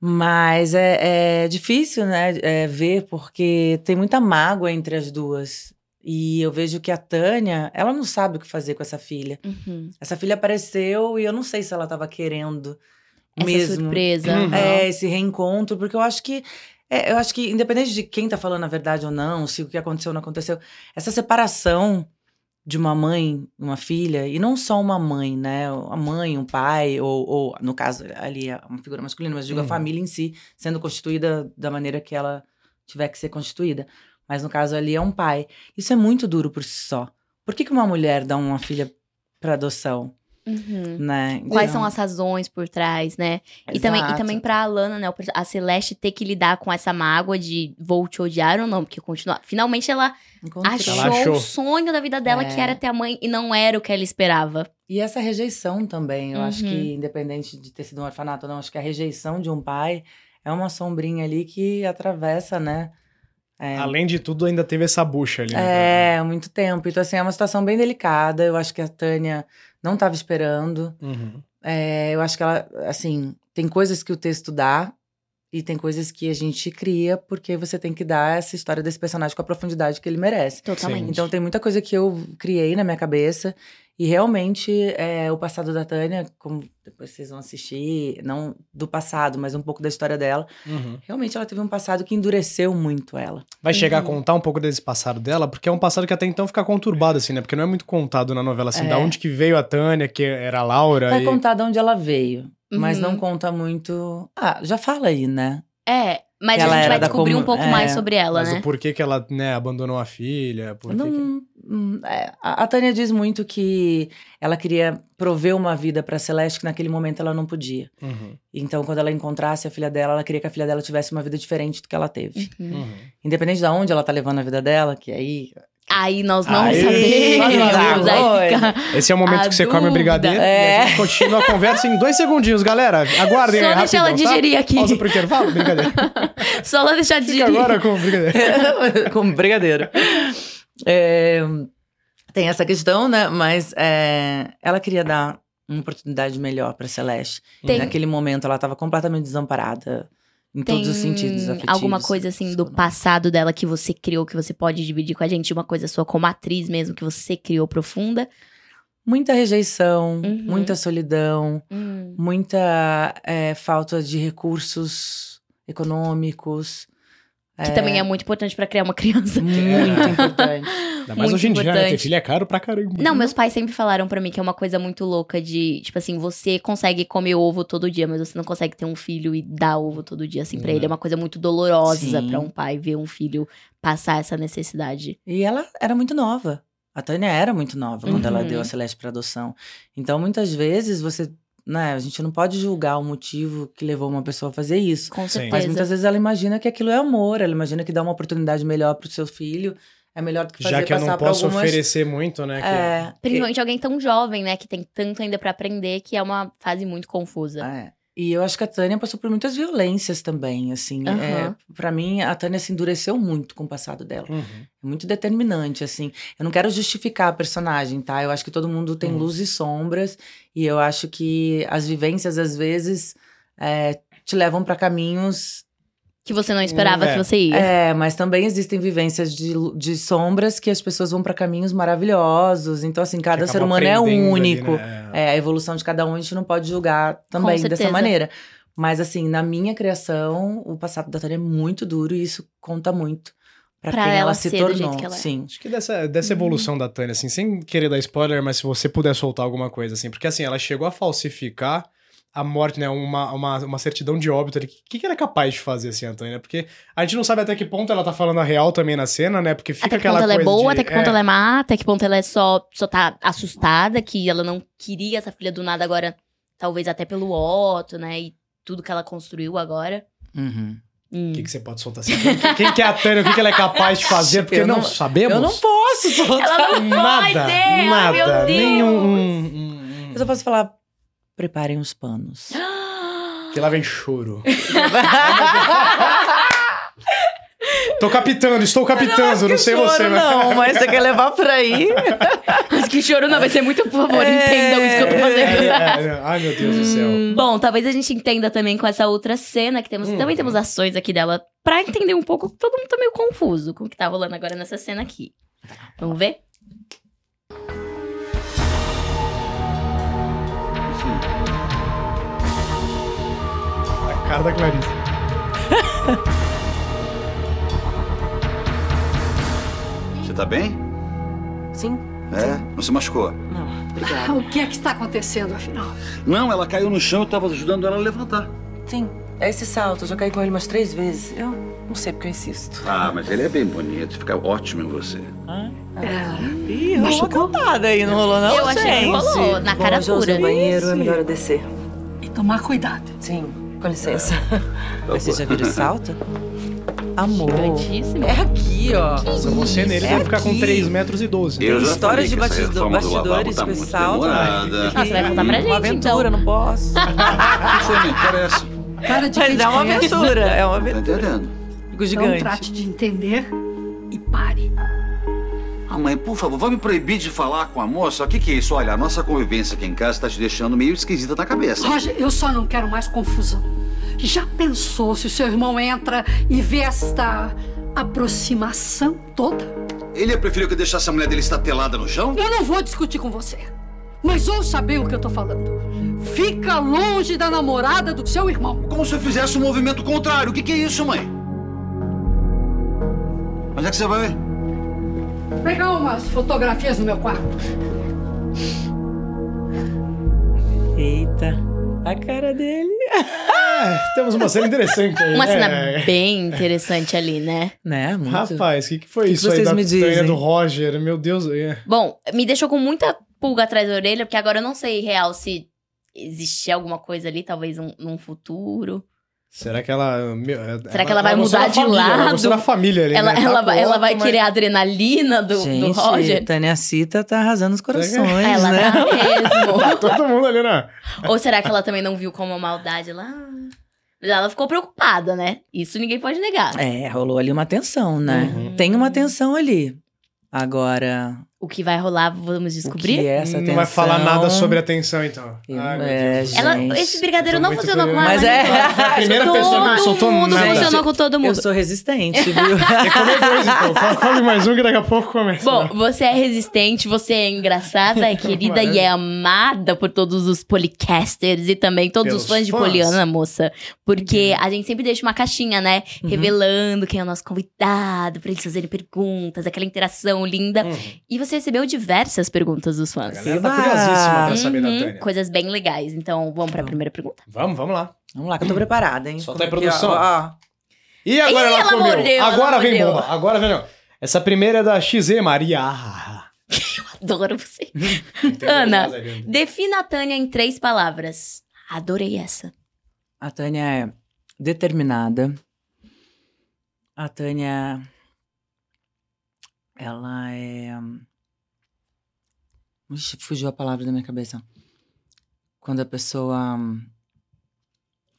S1: Mas é, é difícil, né, é, ver, porque tem muita mágoa entre as duas. E eu vejo que a Tânia, ela não sabe o que fazer com essa filha.
S2: Uhum.
S1: Essa filha apareceu e eu não sei se ela estava querendo
S2: Essa
S1: mesmo
S2: surpresa.
S4: Uhum.
S1: é, esse reencontro, porque eu acho que. é, eu acho que, independente de quem tá falando a verdade ou não, se o que aconteceu ou não aconteceu, essa separação de uma mãe, uma filha, e não só uma mãe, né? A mãe, um pai, ou, ou, no caso ali, é uma figura masculina, mas digo
S4: Uhum.
S1: a família em si, sendo constituída da maneira que ela tiver que ser constituída. Mas no caso ali é um pai. Isso é muito duro por si só. Por que, que uma mulher dá uma filha pra adoção,
S2: Uhum.
S1: né?
S2: Quais
S1: Então,
S2: são as razões por trás, né? E também, e
S1: exato.
S2: também pra Alana, né? o perso- A Celeste ter que lidar com essa mágoa de vou te odiar ou não, porque continua. Finalmente ela
S1: Encontrar.
S2: achou,
S4: Ela achou.
S2: o sonho da vida dela,
S1: É.
S2: que era ter a mãe, e não era o que ela esperava.
S1: E essa rejeição também, eu acho
S2: Uhum.
S1: que, independente de ter sido um orfanato ou não, acho que a rejeição de um pai é uma sombrinha ali que atravessa, né? É,
S4: Além de tudo, ainda teve essa bucha ali. né,
S1: é, muito tempo. Então, assim, é uma situação bem delicada. Eu acho que a Tânia não estava esperando.
S4: cara? Uhum.
S1: É, eu acho que ela, assim, tem coisas que o texto dá e tem coisas que a gente cria, porque você tem que dar essa história desse personagem com a profundidade que ele merece.
S2: Totalmente.
S4: Sim.
S1: Então tem muita coisa que eu criei na minha cabeça. E realmente é, o passado da Tânia, como depois vocês vão assistir, não do passado, mas um pouco da história dela.
S4: Uhum.
S1: Realmente ela teve um passado que endureceu muito ela.
S4: Vai chegar a
S1: Uhum.
S4: contar um pouco desse passado dela, porque é um passado que até então fica conturbado, assim, né? Porque não é muito contado na novela, assim,
S1: É.
S4: da onde que veio a Tânia, que era a Laura.
S1: Vai
S4: e...
S1: contar de onde ela veio, mas
S2: Uhum.
S1: não conta muito. Ah, já fala aí, né?
S2: É, mas
S1: Que
S2: a
S1: ela
S2: gente
S1: era
S2: vai
S1: da
S2: descobrir
S1: comu-
S2: um pouco
S1: é.
S2: mais sobre ela,
S4: Mas
S2: né?
S4: o porquê que ela, né, abandonou a filha, por que que-
S1: Não, hum, é, a a Tânia diz muito que ela queria prover uma vida pra Celeste que naquele momento ela não podia.
S4: Uhum,
S1: Então, quando ela encontrasse a filha dela, ela queria que a filha dela tivesse uma vida diferente do que ela teve.
S2: Uhum.
S4: uhum.
S1: Independente de onde ela tá levando a vida dela, que aí
S2: Aí nós não
S4: Aí,
S2: sabemos. Aí fica-
S4: Esse é o momento
S2: A
S4: que você come o
S2: dúvida.
S4: brigadeiro e
S1: É.
S4: a gente continua a conversa em dois segundinhos, galera. Aguardem
S2: Só
S4: aí
S2: deixa ela
S4: rapidão, tá?
S2: digerir aqui.
S4: Pausa pro intervalo, brincadeira.
S2: Só ela deixar de
S4: Fica agora com o brigadeiro.
S1: Como brigadeiro. É, tem essa questão, né? Mas é, ela queria dar uma oportunidade melhor pra Celeste.
S2: Tem-
S1: Naquele momento, ela tava completamente desamparada. Em
S2: Tem
S1: todos os sentidos afetivos. né?
S2: alguma coisa assim do passado dela que você criou, que você pode dividir com a gente? Uma coisa sua como atriz mesmo, que você criou profunda?
S1: Muita rejeição,
S2: Uhum.
S1: muita solidão,
S2: Hum,
S1: muita é, falta de recursos econômicos. é,
S2: Que também é muito importante pra criar uma criança.
S1: Muito importante.
S4: Ainda mais
S2: Muito
S4: hoje em dia, né? Ter
S2: importante.
S4: filho é caro pra caramba.
S2: Não, meus pais sempre falaram pra mim que é uma coisa muito louca de, tipo assim, você consegue comer ovo todo dia, mas você não consegue ter um filho e dar ovo todo dia assim pra ele. É uma coisa muito dolorosa
S1: Sim.
S2: pra um pai ver um filho passar essa necessidade.
S1: E ela era muito nova. A Tânia era muito nova quando ela
S2: Uhum.
S1: deu a Celeste para adoção. Então, muitas vezes, você. Né, a gente não pode julgar o motivo que levou uma pessoa a fazer isso.
S2: Com
S4: Sim.
S1: Mas
S2: certeza.
S1: muitas vezes ela imagina que aquilo é amor, ela imagina que dá uma oportunidade melhor pro seu filho. É melhor do que fazer
S4: Já que eu
S1: passar
S4: não
S1: por
S4: posso
S1: algumas...
S4: oferecer muito, né? que-
S1: É,
S2: Principalmente alguém tão jovem, né, que tem tanto ainda pra aprender, que é uma fase muito confusa.
S1: É. E eu acho que a Tânia passou por muitas violências também, assim.
S2: Aham.
S1: É, para mim, a Tânia se endureceu muito com o passado dela.
S4: Uhum.
S1: É muito determinante, assim. Eu não quero justificar a personagem, tá? Eu acho que todo mundo tem
S4: Uhum.
S1: luz e sombras. E eu acho que as vivências, às vezes, é, te levam pra caminhos.
S2: Que você não esperava
S4: É.
S2: que você ia.
S1: É, mas também existem vivências de, lu- de sombras que as pessoas vão pra caminhos maravilhosos. Então, assim, cada
S4: que
S1: ser
S4: acaba
S1: humano é
S4: aprendendo ali,
S1: único.
S4: né?
S1: É, a evolução de cada um a gente não pode julgar também dessa
S2: certeza.
S1: maneira. Mas, assim, na minha criação, o passado da Tânia é muito duro e isso conta muito pra,
S2: Pra
S1: quem ela,
S2: ela
S1: se
S2: ser do jeito
S1: tornou.
S2: que ela é.
S1: Sim.
S4: Acho que dessa, dessa
S1: Uhum.
S4: evolução da Tânia, assim, sem querer dar spoiler, mas se você puder soltar alguma coisa, assim, porque assim, ela chegou a falsificar a morte, né? Uma, uma, uma certidão de óbito. ali. O que, que ela é capaz de fazer, assim, a Tânia? Porque a gente não sabe até que ponto ela tá falando a real também na cena, né? Porque fica
S2: Até que
S4: aquela
S2: ponto ela é
S4: coisa
S2: boa,
S4: de-
S2: até que ponto
S4: é,
S2: ela é má, até que ponto ela é só, só tá assustada, que ela não queria essa filha do nada agora, talvez até pelo Otto, né? E tudo que ela construiu agora. Hum.
S4: O que, que você pode soltar assim? Quem, quem que é a Tânia? O que, que ela é capaz de fazer? Porque
S1: Eu
S4: não,
S1: não-
S4: sabemos.
S1: Eu não posso soltar.
S2: Ela não
S4: Nada,
S2: pode! Ai,
S4: nada,
S2: meu Deus!
S4: nenhum. Um, um, um.
S1: Eu só posso falar, preparem os panos.
S4: Que lá vem choro. Tô captando, estou captando, não, sei
S1: choro,
S4: você, mas-
S1: Não, mas você quer levar por aí?
S2: Mas que choro não vai ser muito, por favor,
S1: É.
S2: entendam isso que eu tô
S4: É,
S2: fazendo.
S4: é, é. Ai, meu Deus do céu.
S2: Bom, talvez a gente entenda também com essa outra cena que temos.
S4: Hum.
S2: Também temos ações aqui dela pra entender um pouco. Todo mundo tá meio confuso com o que tá rolando agora nessa cena aqui. Vamos ver?
S4: A cara da Clarice.
S7: Você tá bem?
S1: Sim.
S7: É? Não se machucou?
S1: Não.
S5: O que é que está acontecendo, afinal?
S7: Não, ela caiu no chão, eu tava ajudando ela a levantar.
S1: Sim. É esse salto. Eu já caí com ele umas três vezes. Eu não sei porque eu insisto.
S7: Ah, mas ele é bem bonito, fica ótimo em você.
S1: Ih, rolou uma cantada aí, não rolou não,
S2: Eu achei que
S1: gente?
S2: rolou, na cara
S1: Bom, já usei
S2: pura.
S1: o banheiro, é melhor eu descer.
S5: E tomar cuidado.
S1: Sim, com licença.
S7: Tá
S1: Mas Vocês já viram esse salto? Amor.
S2: Grandíssimo.
S1: É aqui, ó.
S4: Se você nele,
S1: É
S4: vai ficar com
S1: aqui.
S4: 3 metros e 12.
S7: Eu já
S1: Histórias
S7: falei
S1: de
S7: que essa
S1: batido-
S7: reforma do lavabo
S1: bastidores
S7: tá
S1: com esse
S7: muito
S1: salto.
S7: demorada.
S2: Ah, você vai contar pra gente,
S1: Uma aventura,
S2: então.
S1: não posso.
S7: Não foi nem por essa.
S5: Cara de
S1: Mas é uma aventura, é uma
S7: Tá
S1: aventura.
S7: entendendo?
S1: Fico gigante.
S5: de entender e pare.
S7: Ah, mãe, por favor, vai me proibir de falar com a moça? O que, que é isso? Olha, a nossa convivência aqui em casa tá te deixando meio esquisita na cabeça.
S5: Roger, eu só não quero mais confusão. Já pensou se o seu irmão entra e vê esta aproximação toda?
S7: Ele preferiu que eu deixasse a mulher dele estatelada no chão?
S5: Eu não vou discutir com você. Mas ouça bem o que eu tô falando. Fica longe da namorada do seu irmão.
S7: Como se eu fizesse um movimento contrário. O que, que é isso, mãe? Onde é que você vai?
S5: Pegar umas fotografias no meu quarto.
S1: Eita. A cara dele.
S4: É, temos uma cena interessante aí.
S2: Uma
S4: né?
S2: cena bem interessante ali, né?
S1: Né, muito.
S4: Rapaz, o que, que foi
S1: que
S4: isso aí
S1: vocês
S4: da
S1: me
S4: Tânia
S1: dizem?
S4: do Roger? Meu Deus. é.
S2: Bom, me deixou com muita pulga atrás da orelha, porque agora eu não sei real se existia alguma coisa ali, talvez um, num futuro.
S4: Será que ela. meu, é-
S2: Será que ela vai
S4: gostou
S2: mudar
S4: da
S2: de
S4: família, Ela
S2: lado?
S4: gostou da família ali.
S2: Ela,
S4: né? Tá
S2: ela,
S4: com
S2: vai- ela
S4: outro,
S2: vai
S4: mas-
S2: querer a adrenalina do, do
S1: Gente,
S2: Roger.
S1: Tânia Cita tá arrasando os corações,
S2: Ah, Ela
S1: né?
S2: tá mesmo.
S4: Todo mundo ali, né?
S2: Ou será que ela também não viu como a maldade lá? Mas ela ficou preocupada, né? Isso ninguém pode negar.
S1: É, rolou ali uma tensão, né?
S4: Uhum.
S1: Tem uma tensão ali. Agora,
S2: O que vai rolar, vamos
S1: o que
S2: descobrir.
S1: é essa tensão?
S4: Não vai falar nada sobre a tensão, então. Ai, meu
S1: É,
S4: Deus do céu.
S2: Ela,
S1: Gente,
S2: esse brigadeiro
S4: eu tô
S2: não
S4: muito
S2: funcionou com ela.
S1: curioso. Mas é-
S2: né?
S1: Foi a
S4: primeira
S2: todo
S4: pessoa que não soltou
S2: mundo
S4: nada.
S2: funcionou com todo
S1: Eu
S2: mundo.
S1: sou resistente, viu?
S4: Tem que comer dois, então. Co- Come mais um que daqui a pouco começa.
S2: né?
S4: né?
S2: Bom, você é resistente, você é engraçada, é querida e é amada por todos os policasters e também todos
S4: Pelos
S2: os fãs, de
S4: fãs.
S2: Poliana, moça. Porque a gente sempre deixa uma caixinha, né?
S1: Uhum.
S2: Revelando quem é o nosso convidado, pra eles fazerem perguntas, aquela interação linda.
S1: Hum.
S4: Uhum.
S2: E você recebeu diversas perguntas dos
S4: A
S2: fãs.
S4: galera tá curiosíssima pra saber da
S2: Uhum,
S4: Tânia.
S2: coisas bem legais. Então, vamos pra primeira pergunta.
S4: Vamos, vamos lá.
S1: Vamos lá, que eu tô preparada, hein?
S4: Solta
S1: Como é que
S4: aí,
S1: é?
S4: tá produção.
S1: Ó, ó.
S4: E agora
S2: Ih,
S4: ela,
S2: ela
S4: comeu.
S2: mordeu, ela
S4: agora vem
S2: mordeu.
S4: bomba. Agora vem, ó. Essa primeira é da XZ Maria.
S2: Adoro você. Ana. Defina a Tânia em três palavras. Adorei essa.
S1: A Tânia é determinada. A Tânia. Ela é. Ixi, fugiu a palavra da minha cabeça. Quando a pessoa. hum,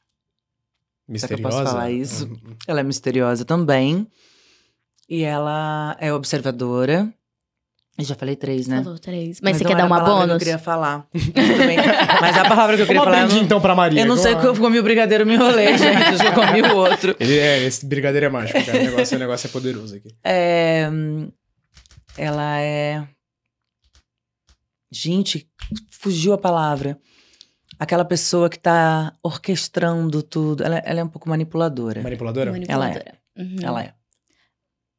S1: Será que eu
S4: Misteriosa. Hum.
S1: posso falar isso? Ela é misteriosa também. E ela é observadora. Eu já falei três, né?
S2: Falou três. Mas, você
S1: não
S2: quer
S1: era a
S2: dar uma
S1: palavra Que eu
S2: bônus?
S1: queria falar. Tudo bem. Mas a palavra que eu queria
S4: Vamos
S1: falar. eu
S4: aprendi
S1: não-
S4: então pra Maria.
S1: Eu não sei o que
S4: agora.
S1: eu comi o brigadeiro, eu me enrolei, gente. Eu só comi o outro.
S4: Ele é, esse brigadeiro é mágico, cara. O negócio, o negócio é poderoso aqui.
S1: É, hum, ela é. Gente, fugiu a palavra. Aquela pessoa que tá orquestrando tudo. Ela, ela é um pouco manipuladora.
S4: Manipuladora?
S2: Manipuladora. Uhum.
S1: Ela é.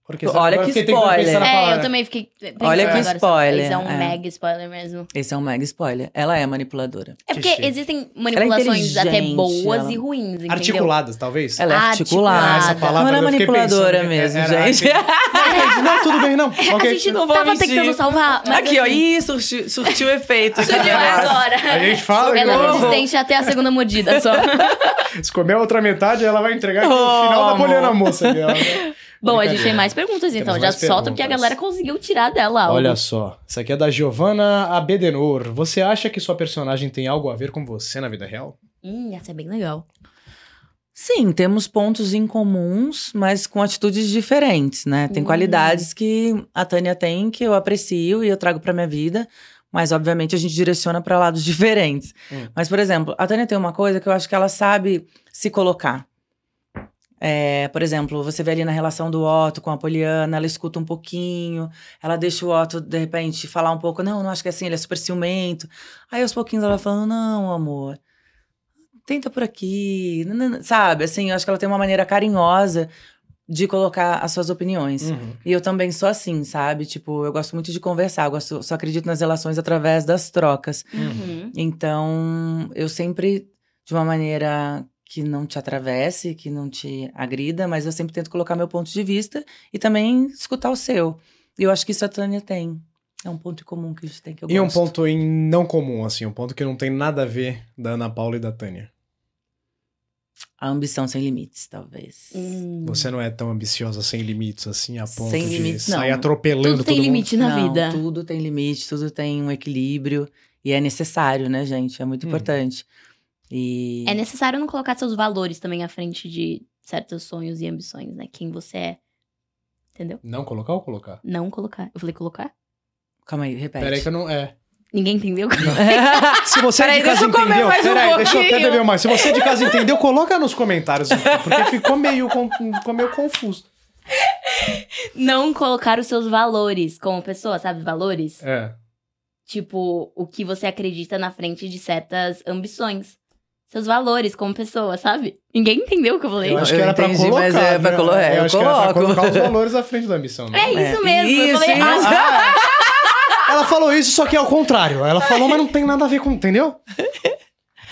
S4: Porque
S1: Olha
S4: agora
S1: que
S4: fiquei tentando
S1: spoiler.
S4: pensar na
S1: Ela
S2: É,
S4: palavra.
S2: eu também fiquei. pensando
S1: Olha que
S2: agora,
S1: spoiler,
S2: Isso é um
S1: é.
S2: mega spoiler mesmo.
S1: Esse é um mega spoiler. Ela é manipuladora.
S2: É porque
S4: Xixi.
S2: existem manipulações até
S1: inteligente,
S2: boas
S1: ela-
S2: e ruins, entendeu?
S4: Articuladas, talvez?
S1: Ela é
S2: Articulada.
S1: articulada.
S2: Ah, essa
S4: palavra
S1: não era
S4: eu fiquei
S1: manipuladora
S4: pensando, é-
S1: mesmo,
S4: era
S1: gente.
S4: Não, Não, tudo bem, não.
S2: É,
S4: Ok.
S2: A gente
S1: não
S2: não
S1: vou
S2: tava
S1: mentir.
S2: tentando salvar. Mas
S1: Aqui, ó.
S2: assim,
S1: Ih, surtiu, surtiu efeito. esse
S2: surgiu
S1: negócio.
S2: agora.
S4: A gente fala,
S2: Ela é
S4: galera.
S2: resistente até a segunda mordida só.
S4: Se comer a outra metade, ela vai entregar aqui no
S1: Oh,
S4: final da
S1: amor.
S4: Poliana Moça. ali, ó.
S2: Bom, a gente
S4: Brincadeira.
S2: tem mais perguntas então.
S4: Temos
S2: Já
S4: mais
S2: solta porque a
S4: perguntas.
S2: galera conseguiu tirar dela algo.
S4: Olha só, isso aqui é da Giovanna Abedenor. Você acha que sua personagem tem algo a ver com você na vida real?
S2: Hum, essa é bem legal.
S1: Sim, temos pontos em comuns, mas com atitudes diferentes, né? Tem
S2: Hum.
S1: qualidades que a Tânia tem que eu aprecio e eu trago pra minha vida, mas obviamente a gente direciona pra lados diferentes.
S4: Hum.
S1: Mas, por exemplo, a Tânia tem uma coisa que eu acho que ela sabe se colocar. É, por exemplo, você vê ali na relação do Otto com a Poliana, ela escuta um pouquinho, ela deixa o Otto, de repente, falar um pouco, não, não acho que é assim, ele é super ciumento. Aí aos pouquinhos ela falando, não, amor, tenta por aqui, nanana, sabe? Assim, eu acho que ela tem uma maneira carinhosa de colocar as suas opiniões.
S4: Hum. Uhum.
S1: E eu também sou assim, sabe? Tipo, eu gosto muito de conversar, eu gosto, só acredito nas relações através das trocas. Hum.
S2: Uhum.
S1: Então, eu sempre, de uma maneira que não te atravesse, que não te agrida, mas eu sempre tento colocar meu ponto de vista e também escutar o seu. E eu acho que isso a Tânia tem. É um ponto em comum que a gente tem que eu
S4: E um
S1: gosto.
S4: ponto em não comum, assim, um ponto que não tem nada a ver da Ana Paula e da Tânia.
S1: A ambição sem limites, talvez.
S2: Hum.
S4: Você não é tão ambiciosa sem limites, assim, a ponto
S1: Sem
S4: de
S1: limites,
S4: sair
S1: não.
S4: atropelando
S2: Tudo tem
S4: todo mundo.
S2: limite na
S1: Não,
S2: vida.
S1: Tudo tem limite, tudo tem um equilíbrio. E é necessário, né, gente? É muito
S4: Hum.
S1: importante. E.
S2: É necessário não colocar seus valores também à frente de certos sonhos e ambições, né? Quem você é. Entendeu?
S4: Não colocar ou colocar?
S2: Não colocar. Eu falei colocar?
S1: Calma aí, repete.
S4: Peraí que eu não... É.
S2: Ninguém entendeu?
S4: Se você é
S1: Peraí,
S4: de casa
S1: deixa eu comer
S4: entendeu,
S1: mais um
S4: peraí, deixa eu até
S1: pouquinho.
S4: beber mais. Se você é de casa entendeu, coloca nos comentários, porque ficou meio, con- ficou meio confuso.
S2: não colocar os seus valores como pessoa, sabe? Valores.
S4: É.
S2: Tipo, o que você acredita na frente de certas ambições. Seus valores como pessoa, sabe? Ninguém entendeu o que eu falei.
S4: Eu acho
S1: eu
S4: que era pra
S1: entendi,
S4: colocar,
S1: mas é pra
S4: né?
S1: colo- é,
S4: eu
S1: eu
S4: acho que era pra
S1: coloco.
S4: colocar os valores à frente da ambição. né?
S2: É isso mesmo. eu
S1: Isso,
S2: falei,
S1: hein?
S2: ah,
S4: Ah, ela falou isso, só que é ao contrário. Ela falou, mas não tem nada a ver com, entendeu?
S1: É.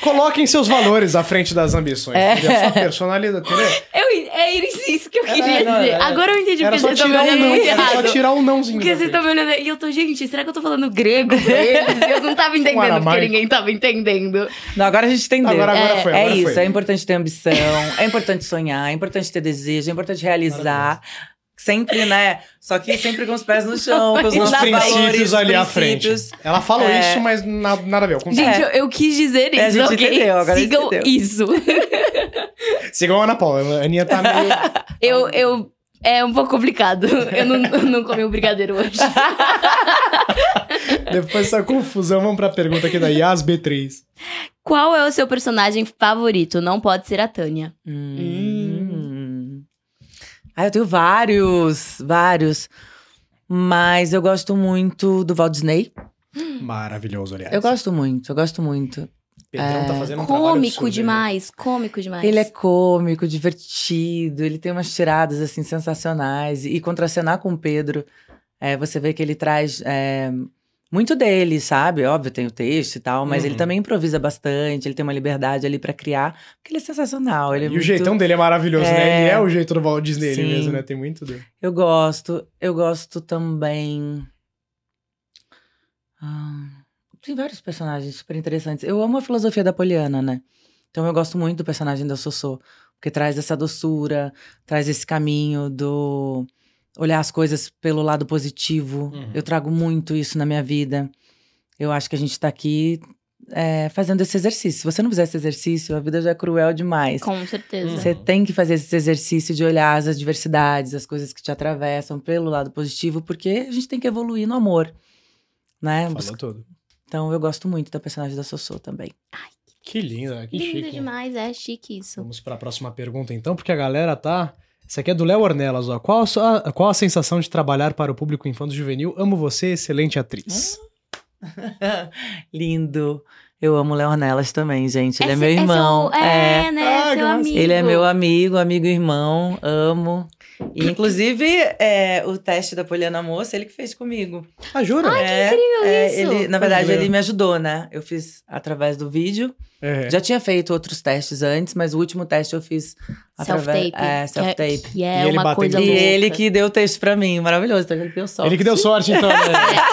S4: Coloquem seus valores à frente das ambições. entendeu? Sua personalidade, entendeu?
S2: eu, É isso- isso que eu queria
S4: É, não,
S2: dizer.
S4: é.
S2: Agora eu entendi
S4: Era
S2: porque
S4: só
S2: vocês estão me
S4: tirar um
S2: olhando
S4: não,
S2: muito
S4: era só
S2: errado.
S4: tirar um nãozinho.
S2: Porque
S4: da
S2: vocês
S4: frente.
S2: estão me olhando. E eu tô, gente, será que eu tô falando grego pra eles? Eu não tava entendendo, porque
S4: aramaico.
S2: ninguém tava entendendo.
S1: Não, agora a gente entendeu.
S4: Agora, agora
S2: É,
S4: foi,
S1: É
S4: agora
S1: isso,
S4: foi.
S1: é importante ter ambição, é importante sonhar, é importante ter desejo, é importante realizar. Sempre, né? Só que sempre com os pés no chão, com os,
S4: Os
S1: nossos
S4: princípios
S1: valores,
S4: ali à
S1: princípios.
S4: frente. Ela falou
S1: É.
S4: isso, mas na- nada a ver. ao contrário.
S2: Gente, eu, eu quis dizer
S1: É, a
S2: isso,
S1: gente
S2: ok?
S1: entendeu, agora a gente
S2: Sigam
S1: entendeu.
S2: isso.
S1: É.
S4: Sigam a Ana Paula. A Aninha tá meio...
S2: Eu, eu... É um pouco complicado. Eu não, eu não comi o brigadeiro hoje.
S4: Depois dessa confusão, vamos pra pergunta aqui da Yas B3.
S2: Qual é o seu personagem favorito? Não pode ser a Tânia.
S1: Hum. Ah, eu tenho vários, vários. Mas eu gosto muito do Walt Disney.
S4: Maravilhoso, aliás.
S1: Eu gosto muito, eu gosto muito.
S4: Pedrão tá fazendo um trabalho
S2: É, cômico
S4: absurdo,
S2: demais, cômico demais.
S1: Ele é cômico, divertido, ele tem umas tiradas assim sensacionais e contracenar com o Pedro, é, você vê que ele traz é, muito dele, sabe? Óbvio, tem o texto e tal, mas
S4: Uhum.
S1: ele também improvisa bastante, ele tem uma liberdade ali pra criar, porque ele é sensacional, ele é
S4: E
S1: muito-
S4: o jeitão dele é maravilhoso, né?
S1: É.
S4: Ele é o jeito do Walt Disney ele
S1: Sim.
S4: mesmo, né? Tem muito do...
S1: Eu gosto, eu gosto também. Ah, tem vários personagens super interessantes. Eu amo a filosofia da Poliana, né? Então eu gosto muito do personagem da Sossô, porque traz essa doçura, traz esse caminho do olhar as coisas pelo lado positivo.
S4: Uhum.
S1: Eu trago muito isso na minha vida. Eu acho que a gente tá aqui é, fazendo esse exercício. Se você não fizer esse exercício, a vida já é cruel demais.
S2: Com certeza.
S4: Hum.
S1: Você tem que fazer esse exercício de olhar as adversidades, as coisas que te atravessam pelo lado positivo, porque a gente tem que evoluir no amor, né?
S4: Falou tudo.
S1: Então eu gosto muito da personagem da Sossô também.
S4: Que linda, que
S2: Lindo
S4: chique. né?
S2: demais, é chique isso.
S4: Vamos pra próxima pergunta, então, porque a galera tá... Essa aqui é do Léo Ornelas, ó. Qual a, sua- qual a sensação de trabalhar para o público infanto juvenil? Amo você, excelente atriz.
S1: Lindo. Eu amo o Leonelas também, gente. Ele é,
S2: Esse-
S1: meu
S2: esse
S1: irmão.
S2: o- é, né?
S4: Ah, que
S2: seu
S4: massa.
S2: amigo.
S1: Ele é meu amigo, amigo e irmão, amo. E, inclusive, é, o teste da Poliana Moça, ele que fez comigo.
S4: Ah, jura?
S1: é, é,
S2: isso.
S1: ele- na verdade,
S4: Brasileiro.
S1: ele me ajudou, né? Eu fiz através do vídeo.
S4: É.
S1: Já tinha feito outros testes antes, mas o último teste eu fiz através
S2: Self-tape.
S1: é, self-tape.
S2: Que é,
S4: E ele
S2: uma
S4: batendo
S1: E
S2: coisa louca.
S1: ele que deu o texto pra mim, maravilhoso, então ele deu sorte.
S4: Ele que deu sorte, então, né?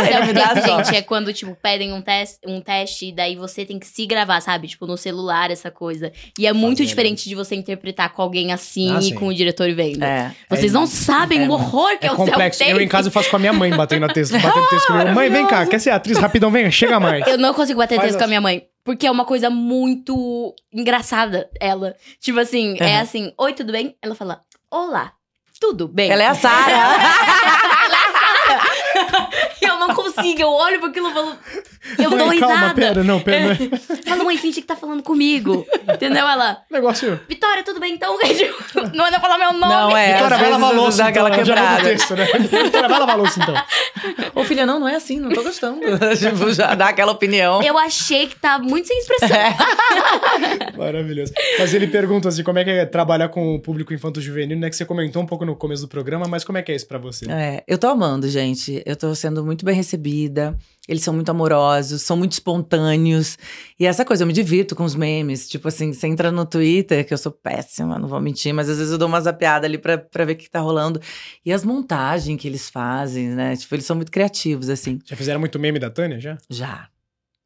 S1: Ele me dá
S2: É, Self-tape,
S1: sorte.
S2: gente, é quando, tipo, pedem um, tes um teste e daí você tem que se gravar, sabe? Tipo, no celular, essa coisa. E é muito
S4: Fazendo.
S2: diferente de você interpretar com alguém assim
S4: né? Ah,
S2: e
S4: sim.
S2: com o diretor vendo.
S1: É.
S2: Vocês não sabem o horror que é,
S4: É
S2: o
S4: complexo.
S2: self-tape.
S4: Eu em casa eu faço com a minha mãe batendo na texto, batendo texto comigo. Mãe, vem cá, quer ser atriz? Rapidão, vem, chega mais.
S2: Eu não consigo bater
S4: Faz
S2: texto com a minha mãe. Porque é uma coisa muito engraçada, ela. Tipo assim, é
S1: Aham.
S2: assim, oi, tudo bem? Ela fala, olá, tudo bem.
S1: Ela é a Sara.
S2: E eu não consigo, eu olho pra aquilo e falo. Eu dou
S4: Mãe, calma,
S2: risada.
S4: pera, não, pera. não. é.
S2: Fala, mãe, finge que tá falando comigo. Entendeu? Ela,
S4: Negócio.
S2: Vitória, tudo bem então? Não anda falar meu nome.
S1: Não, é.
S4: Vitória,
S1: às
S4: vai
S1: vezes
S4: lavar a
S1: eu
S4: louça.
S1: dá
S4: então,
S1: aquela
S4: ela já manda o
S1: quebrada.
S4: texto, né? Vitória, vai lavar a louça, então.
S1: Ô filha, não, não é assim, não tô gostando. tipo, já dá aquela opinião.
S2: Eu achei que tá muito sem expressão.
S4: Maravilhoso. Mas ele pergunta assim, como é que é trabalhar com o público infanto-juvenil, né? Que você comentou um pouco no começo do programa, mas como é que é isso pra você?
S1: É, eu tô amando, gente. Eu tô sendo muito bem recebida. Eles são muito amorosos, são muito espontâneos. E essa coisa, eu me divirto com os memes. Tipo assim, você entra no Twitter, que eu sou péssima, não vou mentir, mas às vezes eu dou uma zapeada ali pra, pra ver o que tá rolando. E as montagens que eles fazem, né? Tipo, eles são muito criativos, assim.
S4: Já fizeram muito meme da Tânia, já?
S1: Já.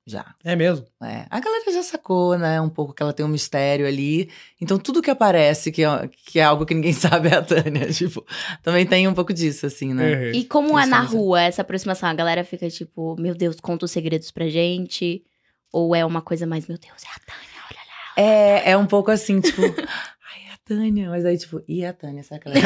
S1: Já.
S4: É mesmo.
S1: É, a galera já sacou, né? Um pouco que ela tem um mistério ali. Então, tudo que aparece, que é, que é algo que ninguém sabe, é a Tânia. Tipo, também tem um pouco disso, assim, né?
S4: Uhum.
S2: E como é
S1: Isso,
S2: na
S1: mas é.
S2: rua essa aproximação? A galera fica tipo, meu Deus, conta os segredos pra gente. Ou é uma coisa mais, meu Deus, é a Tânia, olha lá.
S1: É, é um pouco assim, tipo. Ai, é a Tânia. Mas aí, tipo, e a Tânia? Será que ela.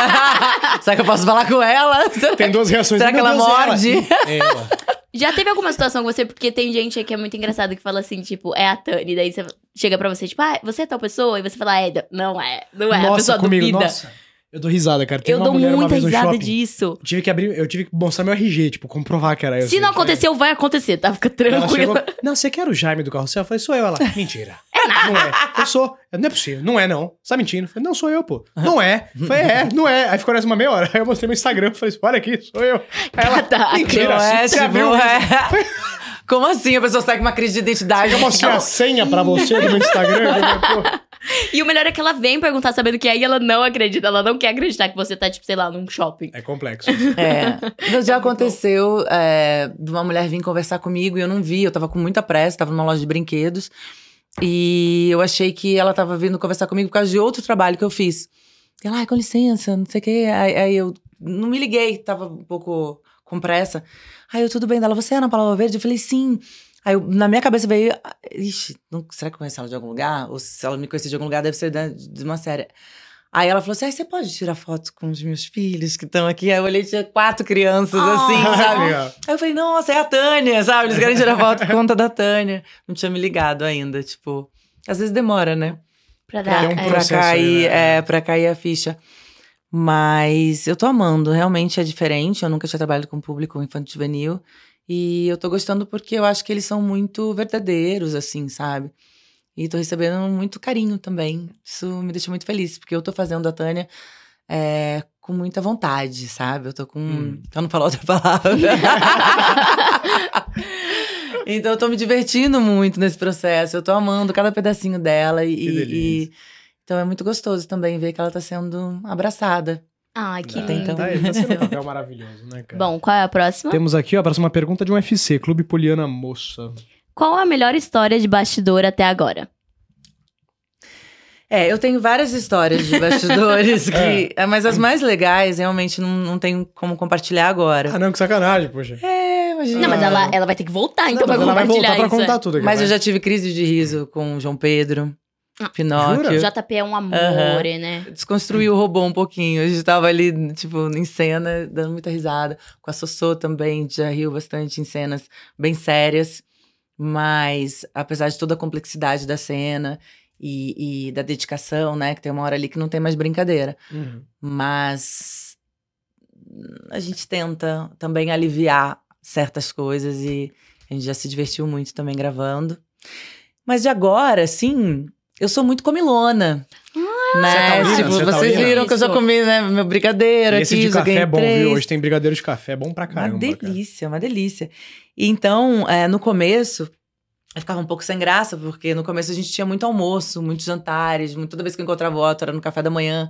S1: é- será que eu posso falar com ela?
S4: Tem duas reações.
S1: Será que
S4: Meu
S1: ela
S4: Deus, é
S1: morde?
S4: É ela.
S2: Já teve alguma situação com você? Porque tem gente aí que é muito engraçado que fala assim, tipo, é a Tânia. E daí você chega pra você, tipo, ah, você é tal pessoa? E você fala, é, não é, não é. a
S4: Nossa,
S2: pessoa
S4: comigo.
S2: duvida.
S4: Nossa. Eu dou risada, cara. Tem
S2: Eu
S4: uma
S2: dou
S4: mulher uma
S2: muita
S4: vez no
S2: risada
S4: shopping.
S2: disso.
S4: Eu Tive que abrir, eu tive que mostrar meu RG, tipo, comprovar que era eu.
S2: Se não
S4: Assim, eu falei-
S2: aconteceu, vai acontecer, tá? Fica
S4: Ela
S2: tranquilo.
S4: chegou, não, você quer o Jaime do carrossel? Eu falei, sou eu. Ela, mentira. Não é. Eu sou. Eu, Não é possível. Não é, não. Você tá mentindo. Eu falei, não, sou eu, pô. Não é. Eu Falei, é, não é. Aí ficou nessa uma meia hora. Aí eu mostrei meu Instagram. eu Falei, olha aqui, sou eu. Aí ela,
S2: Caraca.
S4: mentira.
S1: Não é,
S4: você
S1: tipo,
S4: abriu- um
S1: é. Como assim? A pessoa sai com uma crise de identidade.
S4: Eu mostrei a senha pra você do meu Instagram. Eu falei, pô,
S2: E o melhor é que ela vem perguntar sabendo o que é e ela não acredita. Ela não quer acreditar que você tá, tipo, sei lá, num shopping.
S4: É complexo.
S1: É. Já aconteceu é, de uma mulher vir conversar comigo e eu não vi. Eu tava com muita pressa, tava numa loja de brinquedos. E eu achei que ela tava vindo conversar comigo por causa de outro trabalho que eu fiz. E ela, ai, com licença, não sei o quê. Aí, aí eu não me liguei, tava um pouco com pressa. Aí eu, tudo bem dela, você é Ana Paula Verde? Eu falei, sim. Aí eu- na minha cabeça veio, "Ah, ixi, não- será que eu conheço ela de algum lugar? Ou se ela me conhecer de algum lugar, deve ser da- de uma série. Aí ela falou assim: "Ai, você pode tirar foto com os meus filhos que estão aqui? Aí eu olhei tinha quatro crianças, assim, sabe?
S4: Legal.
S1: Aí eu falei, nossa, é a Tânia, sabe? Eles querem tirar foto por conta da Tânia. Não tinha me ligado ainda, tipo. Às vezes demora, né?
S2: Pra
S4: Pra
S2: dar.
S4: ter um
S2: é.
S1: Pra
S4: Processo aí,
S1: cair,
S4: né?
S1: é, pra cair a ficha. Mas eu tô amando, realmente é diferente. Eu nunca tinha trabalhado com público infantil juvenil. E eu tô gostando porque eu acho que eles são muito verdadeiros, assim, sabe? E tô recebendo muito carinho também. Isso me deixa muito feliz, porque eu tô fazendo a Tânia é, com muita vontade, sabe? Eu tô com.
S4: Hum.
S1: Eu não falo outra palavra. Então eu tô me divertindo muito nesse processo. Eu tô amando cada pedacinho dela e,
S4: Que delícia.
S1: e- então é muito gostoso também ver que ela tá sendo abraçada.
S2: Ai, que
S4: Ah,
S2: lindo.
S1: então.
S4: Tá, aí, tá sendo um papel maravilhoso, né, cara?
S2: Bom, qual é a próxima?
S4: Temos aqui ó, a próxima pergunta de um FC, Clube Poliana Moça.
S2: Qual a melhor história de bastidor até agora?
S1: É, eu tenho várias histórias de bastidores
S4: É.
S1: que, é, mas as mais legais realmente não, não tenho como compartilhar agora.
S4: Ah, não, que sacanagem, poxa.
S1: É, imagina.
S2: Não, mas
S4: Ah.
S2: ela, ela vai ter que voltar, então,
S4: Não,
S2: pra
S4: mas ela vai
S2: compartilhar
S4: voltar pra
S2: isso. é.
S4: contar tudo aqui.
S1: Mas
S4: vai.
S1: eu já tive crise de riso com o João Pedro,
S2: Ah,
S1: Pinóquio.
S4: jura?
S2: JP é um amor,
S1: Aham.
S2: né?
S1: Desconstruiu o robô um pouquinho. A gente tava ali, tipo, em cena, dando muita risada. Com a Sossô também, já riu bastante em cenas bem sérias. Mas, apesar de toda a complexidade da cena e, e da dedicação, né? Que tem uma hora ali que não tem mais brincadeira.
S4: Uhum.
S1: Mas a gente tenta também aliviar certas coisas e a gente já se divertiu muito também gravando. Mas de agora, assim, eu sou muito comilona.
S4: Você é
S1: né?
S4: taurina?
S1: tipo,
S4: Você é
S1: vocês
S4: taurina?
S1: viram que eu já
S2: Isso.
S1: comi, né? Meu brigadeiro
S4: Esse
S1: aqui,
S4: de
S1: já
S4: café
S1: ganhei
S4: é bom,
S1: três.
S4: viu? Hoje tem brigadeiro de café, é bom pra caramba.
S1: Uma
S4: cara.
S1: delícia, uma delícia. E então, é, no começo, eu ficava um pouco sem graça, porque no começo a gente tinha muito almoço, muitos jantares, muito- toda vez que eu encontrava o Otto era no café da manhã.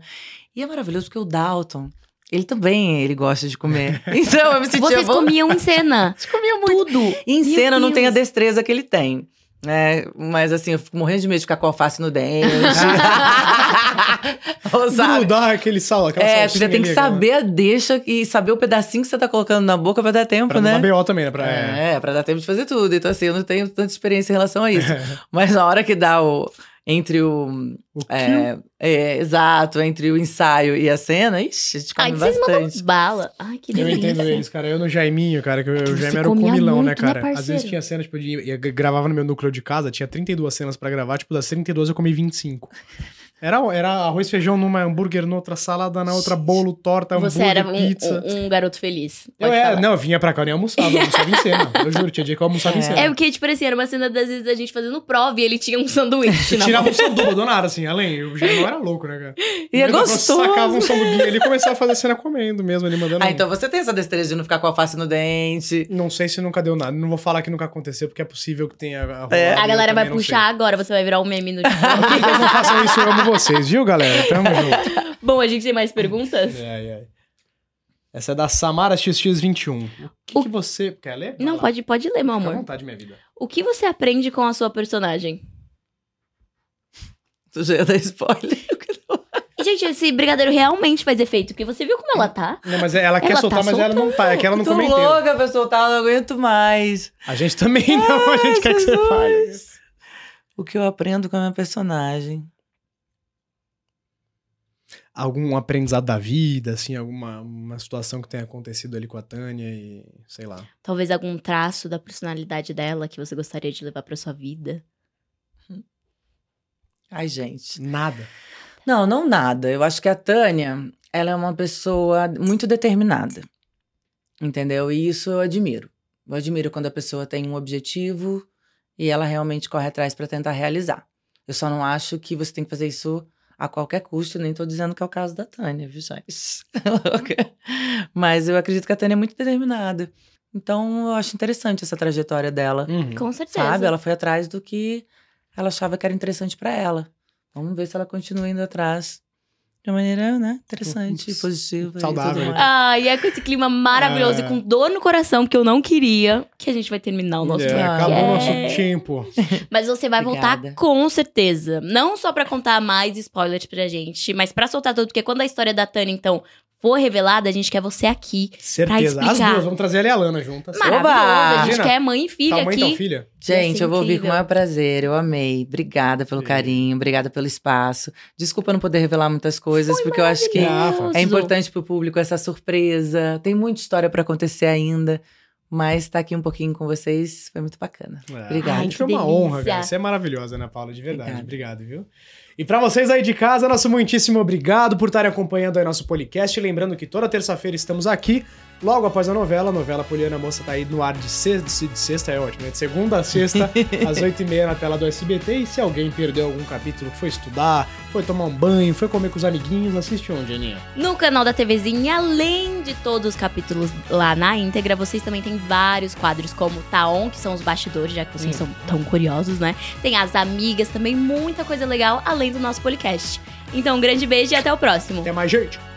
S1: E é maravilhoso porque o Dalton, ele também ele gosta de comer. Então eu me sentia
S2: Vocês
S1: à vontade.
S2: comiam em cena.
S1: comiam muito.
S2: Tudo.
S1: E em
S2: Meu
S1: cena eu não tem a
S2: Deus.
S1: destreza que ele tem. né? mas assim, eu fico morrendo de medo de ficar com alface no dente. Ou, sabe?
S4: Grudar aquele sal, aquela né?
S1: É, você
S4: salsinha
S1: tem que
S4: ali,
S1: saber a deixa e saber o pedacinho que você tá colocando na boca pra dar tempo,
S4: Cara. Pra não
S1: né?
S4: dar BO também, né? Pra... É.
S1: É, pra dar tempo de fazer tudo. Então, assim, eu não tenho tanta experiência em relação a isso. Mas na hora que dá o. Entre o.
S4: O que o-
S1: é, é, exato, entre o ensaio e a cena, ixi, a gente come
S2: Ai, vocês mandam
S1: bastante. Ah,
S2: bala. Ai, que
S4: Eu
S2: delícia.
S4: entendo eles, cara. Eu no Jaiminho, cara, que eu- o
S2: você
S4: Jaime era o
S2: comia
S4: comilão,
S2: muito,
S4: né,
S2: né,
S4: cara? Às
S2: parceiro?
S4: vezes tinha cenas, tipo, de... eu gravava no meu núcleo de casa, tinha 32 cenas pra gravar, tipo, das 32 eu comi 25. Era, era arroz, feijão numa, hambúrguer noutra, salada na outra, bolo, torta, hambúrguer,
S2: Você era um,
S4: pizza.
S2: um- um garoto feliz.
S4: Eu
S2: pode
S4: era,
S2: falar.
S4: não, eu vinha pra cá, eu nem almoçava, eu almoçava em cena. Eu juro, tinha dia que eu almoçava em cena.
S2: É porque, tipo assim, era uma cena das vezes da gente fazendo prova e ele tinha um sanduíche.
S4: Você
S2: na
S4: tirava
S2: mão.
S4: um sanduba do nada, assim, além. O Jaimão era louco, né, cara?
S1: E é
S4: Meu Deus,
S1: gostoso.
S4: Você sacava um sandubinho ali e começava a fazer cena comendo mesmo, ali mandando.
S1: Ah,
S4: um-
S1: então você tem essa destreza de não ficar com a face no dente.
S4: Não sei se nunca deu nada. Não vou falar que nunca aconteceu, porque é possível que tenha. rolado,
S1: É.
S4: eu
S2: A galera
S4: também
S2: vai
S4: não sei.
S2: puxar agora, você vai virar um meme no TikTok.
S4: Vocês não façam isso, eu amo vocês, viu, galera? Tamo junto.
S2: Bom, a gente tem mais perguntas?
S4: Ai, ai. Essa é da Samara XX21. O que,
S2: O-
S4: que você. Quer ler? Vai
S2: Não,
S4: lá.
S2: pode, pode ler, meu
S4: Fica à
S2: amor.
S4: vontade, minha vida.
S2: O que você aprende com a sua personagem?
S1: Tu já ia dar spoiler. tá
S2: E, Gente, esse brigadeiro realmente faz efeito, porque você viu como ela tá?
S4: Não, mas ela, quer
S2: Ela tá
S4: soltar, mas ela não tá. É que ela não
S1: Tô
S4: comentou.
S1: louca pra soltar, não aguento mais.
S4: A gente também não, a gente quer que você
S1: Jesus.
S4: fale.
S1: O que eu aprendo com a minha personagem?
S4: algum aprendizado da vida, assim, alguma uma situação que tenha acontecido ali com a Tânia e sei lá.
S2: Talvez algum traço da personalidade dela que você gostaria de levar pra sua vida.
S1: Ai, gente.
S4: Nada.
S1: Não, não nada. Eu acho que a Tânia, ela é uma pessoa muito determinada. Entendeu? E isso eu admiro. Eu admiro quando a pessoa tem um objetivo e ela realmente corre atrás para tentar realizar. Eu só não acho que você tem que fazer isso a qualquer custo, nem tô dizendo que é o caso da Tânia, viu, gente? Louca. Mas eu acredito que a Tânia é muito determinada. Então, eu acho interessante essa trajetória dela
S2: Uhum. Com certeza.
S4: é
S1: sabe? Ela foi atrás do que ela achava que era interessante pra ela. Vamos ver se ela continua indo atrás de uma maneira, né, interessante,
S4: Ups,
S1: positiva. e
S4: saudável.
S1: tudo mais.
S2: Uhum. Ah, e é com esse clima maravilhoso
S4: É.
S2: e com dor no coração que eu não queria que a gente vai terminar o nosso
S4: É,
S2: podcast.
S4: acabou o nosso
S2: É.
S4: tempo.
S2: Mas você vai voltar
S1: Obrigada.
S2: com certeza. Não só pra contar mais spoilers pra gente, mas pra soltar tudo, porque quando a história da Tânia, então, for revelada, a gente quer você aqui.
S4: Certeza. As
S2: explicar.
S4: duas, vamos trazer ela e a Lana juntas.
S2: Maravilhoso. A gente
S4: Imagina.
S2: quer mãe e filha
S4: Tá mãe, então,
S2: aqui.
S4: filha.
S1: Gente,
S2: ser
S1: eu vou vir com o
S2: incrível.
S1: maior prazer, eu amei. Obrigada pelo
S4: Sim.
S1: carinho, obrigada pelo espaço. Desculpa não poder revelar muitas coisas, porque eu acho que
S2: Maravilhoso.
S1: É importante pro público essa surpresa. Tem muita história pra acontecer ainda, mas estar aqui um pouquinho com vocês foi muito bacana. Obrigada.
S4: Ai,
S2: que
S4: É. foi uma
S2: delícia.
S4: honra, cara. Você é maravilhosa, Ana Paula, de verdade. Obrigado, viu? E pra vocês aí de casa, nosso muitíssimo obrigado por estarem acompanhando aí nosso podcast. Lembrando que toda terça-feira estamos aqui, logo após a novela. A novela Poliana Moça tá aí no ar de sexta, de sexta é ótimo, né? De segunda a sexta, às oito e meia na tela do SBT. E se alguém perdeu algum capítulo, foi estudar, foi tomar um banho, foi comer com os amiguinhos, assiste onde, Aninha?
S2: No canal da TVzinha, além de todos os capítulos lá na íntegra, vocês também têm vários quadros, como Taon, que são os bastidores, já que vocês são tão curiosos, né? Tem as amigas também, muita coisa legal, além do nosso podcast. Então, um grande beijo e até o próximo.
S4: Até mais, gente!
S3: tá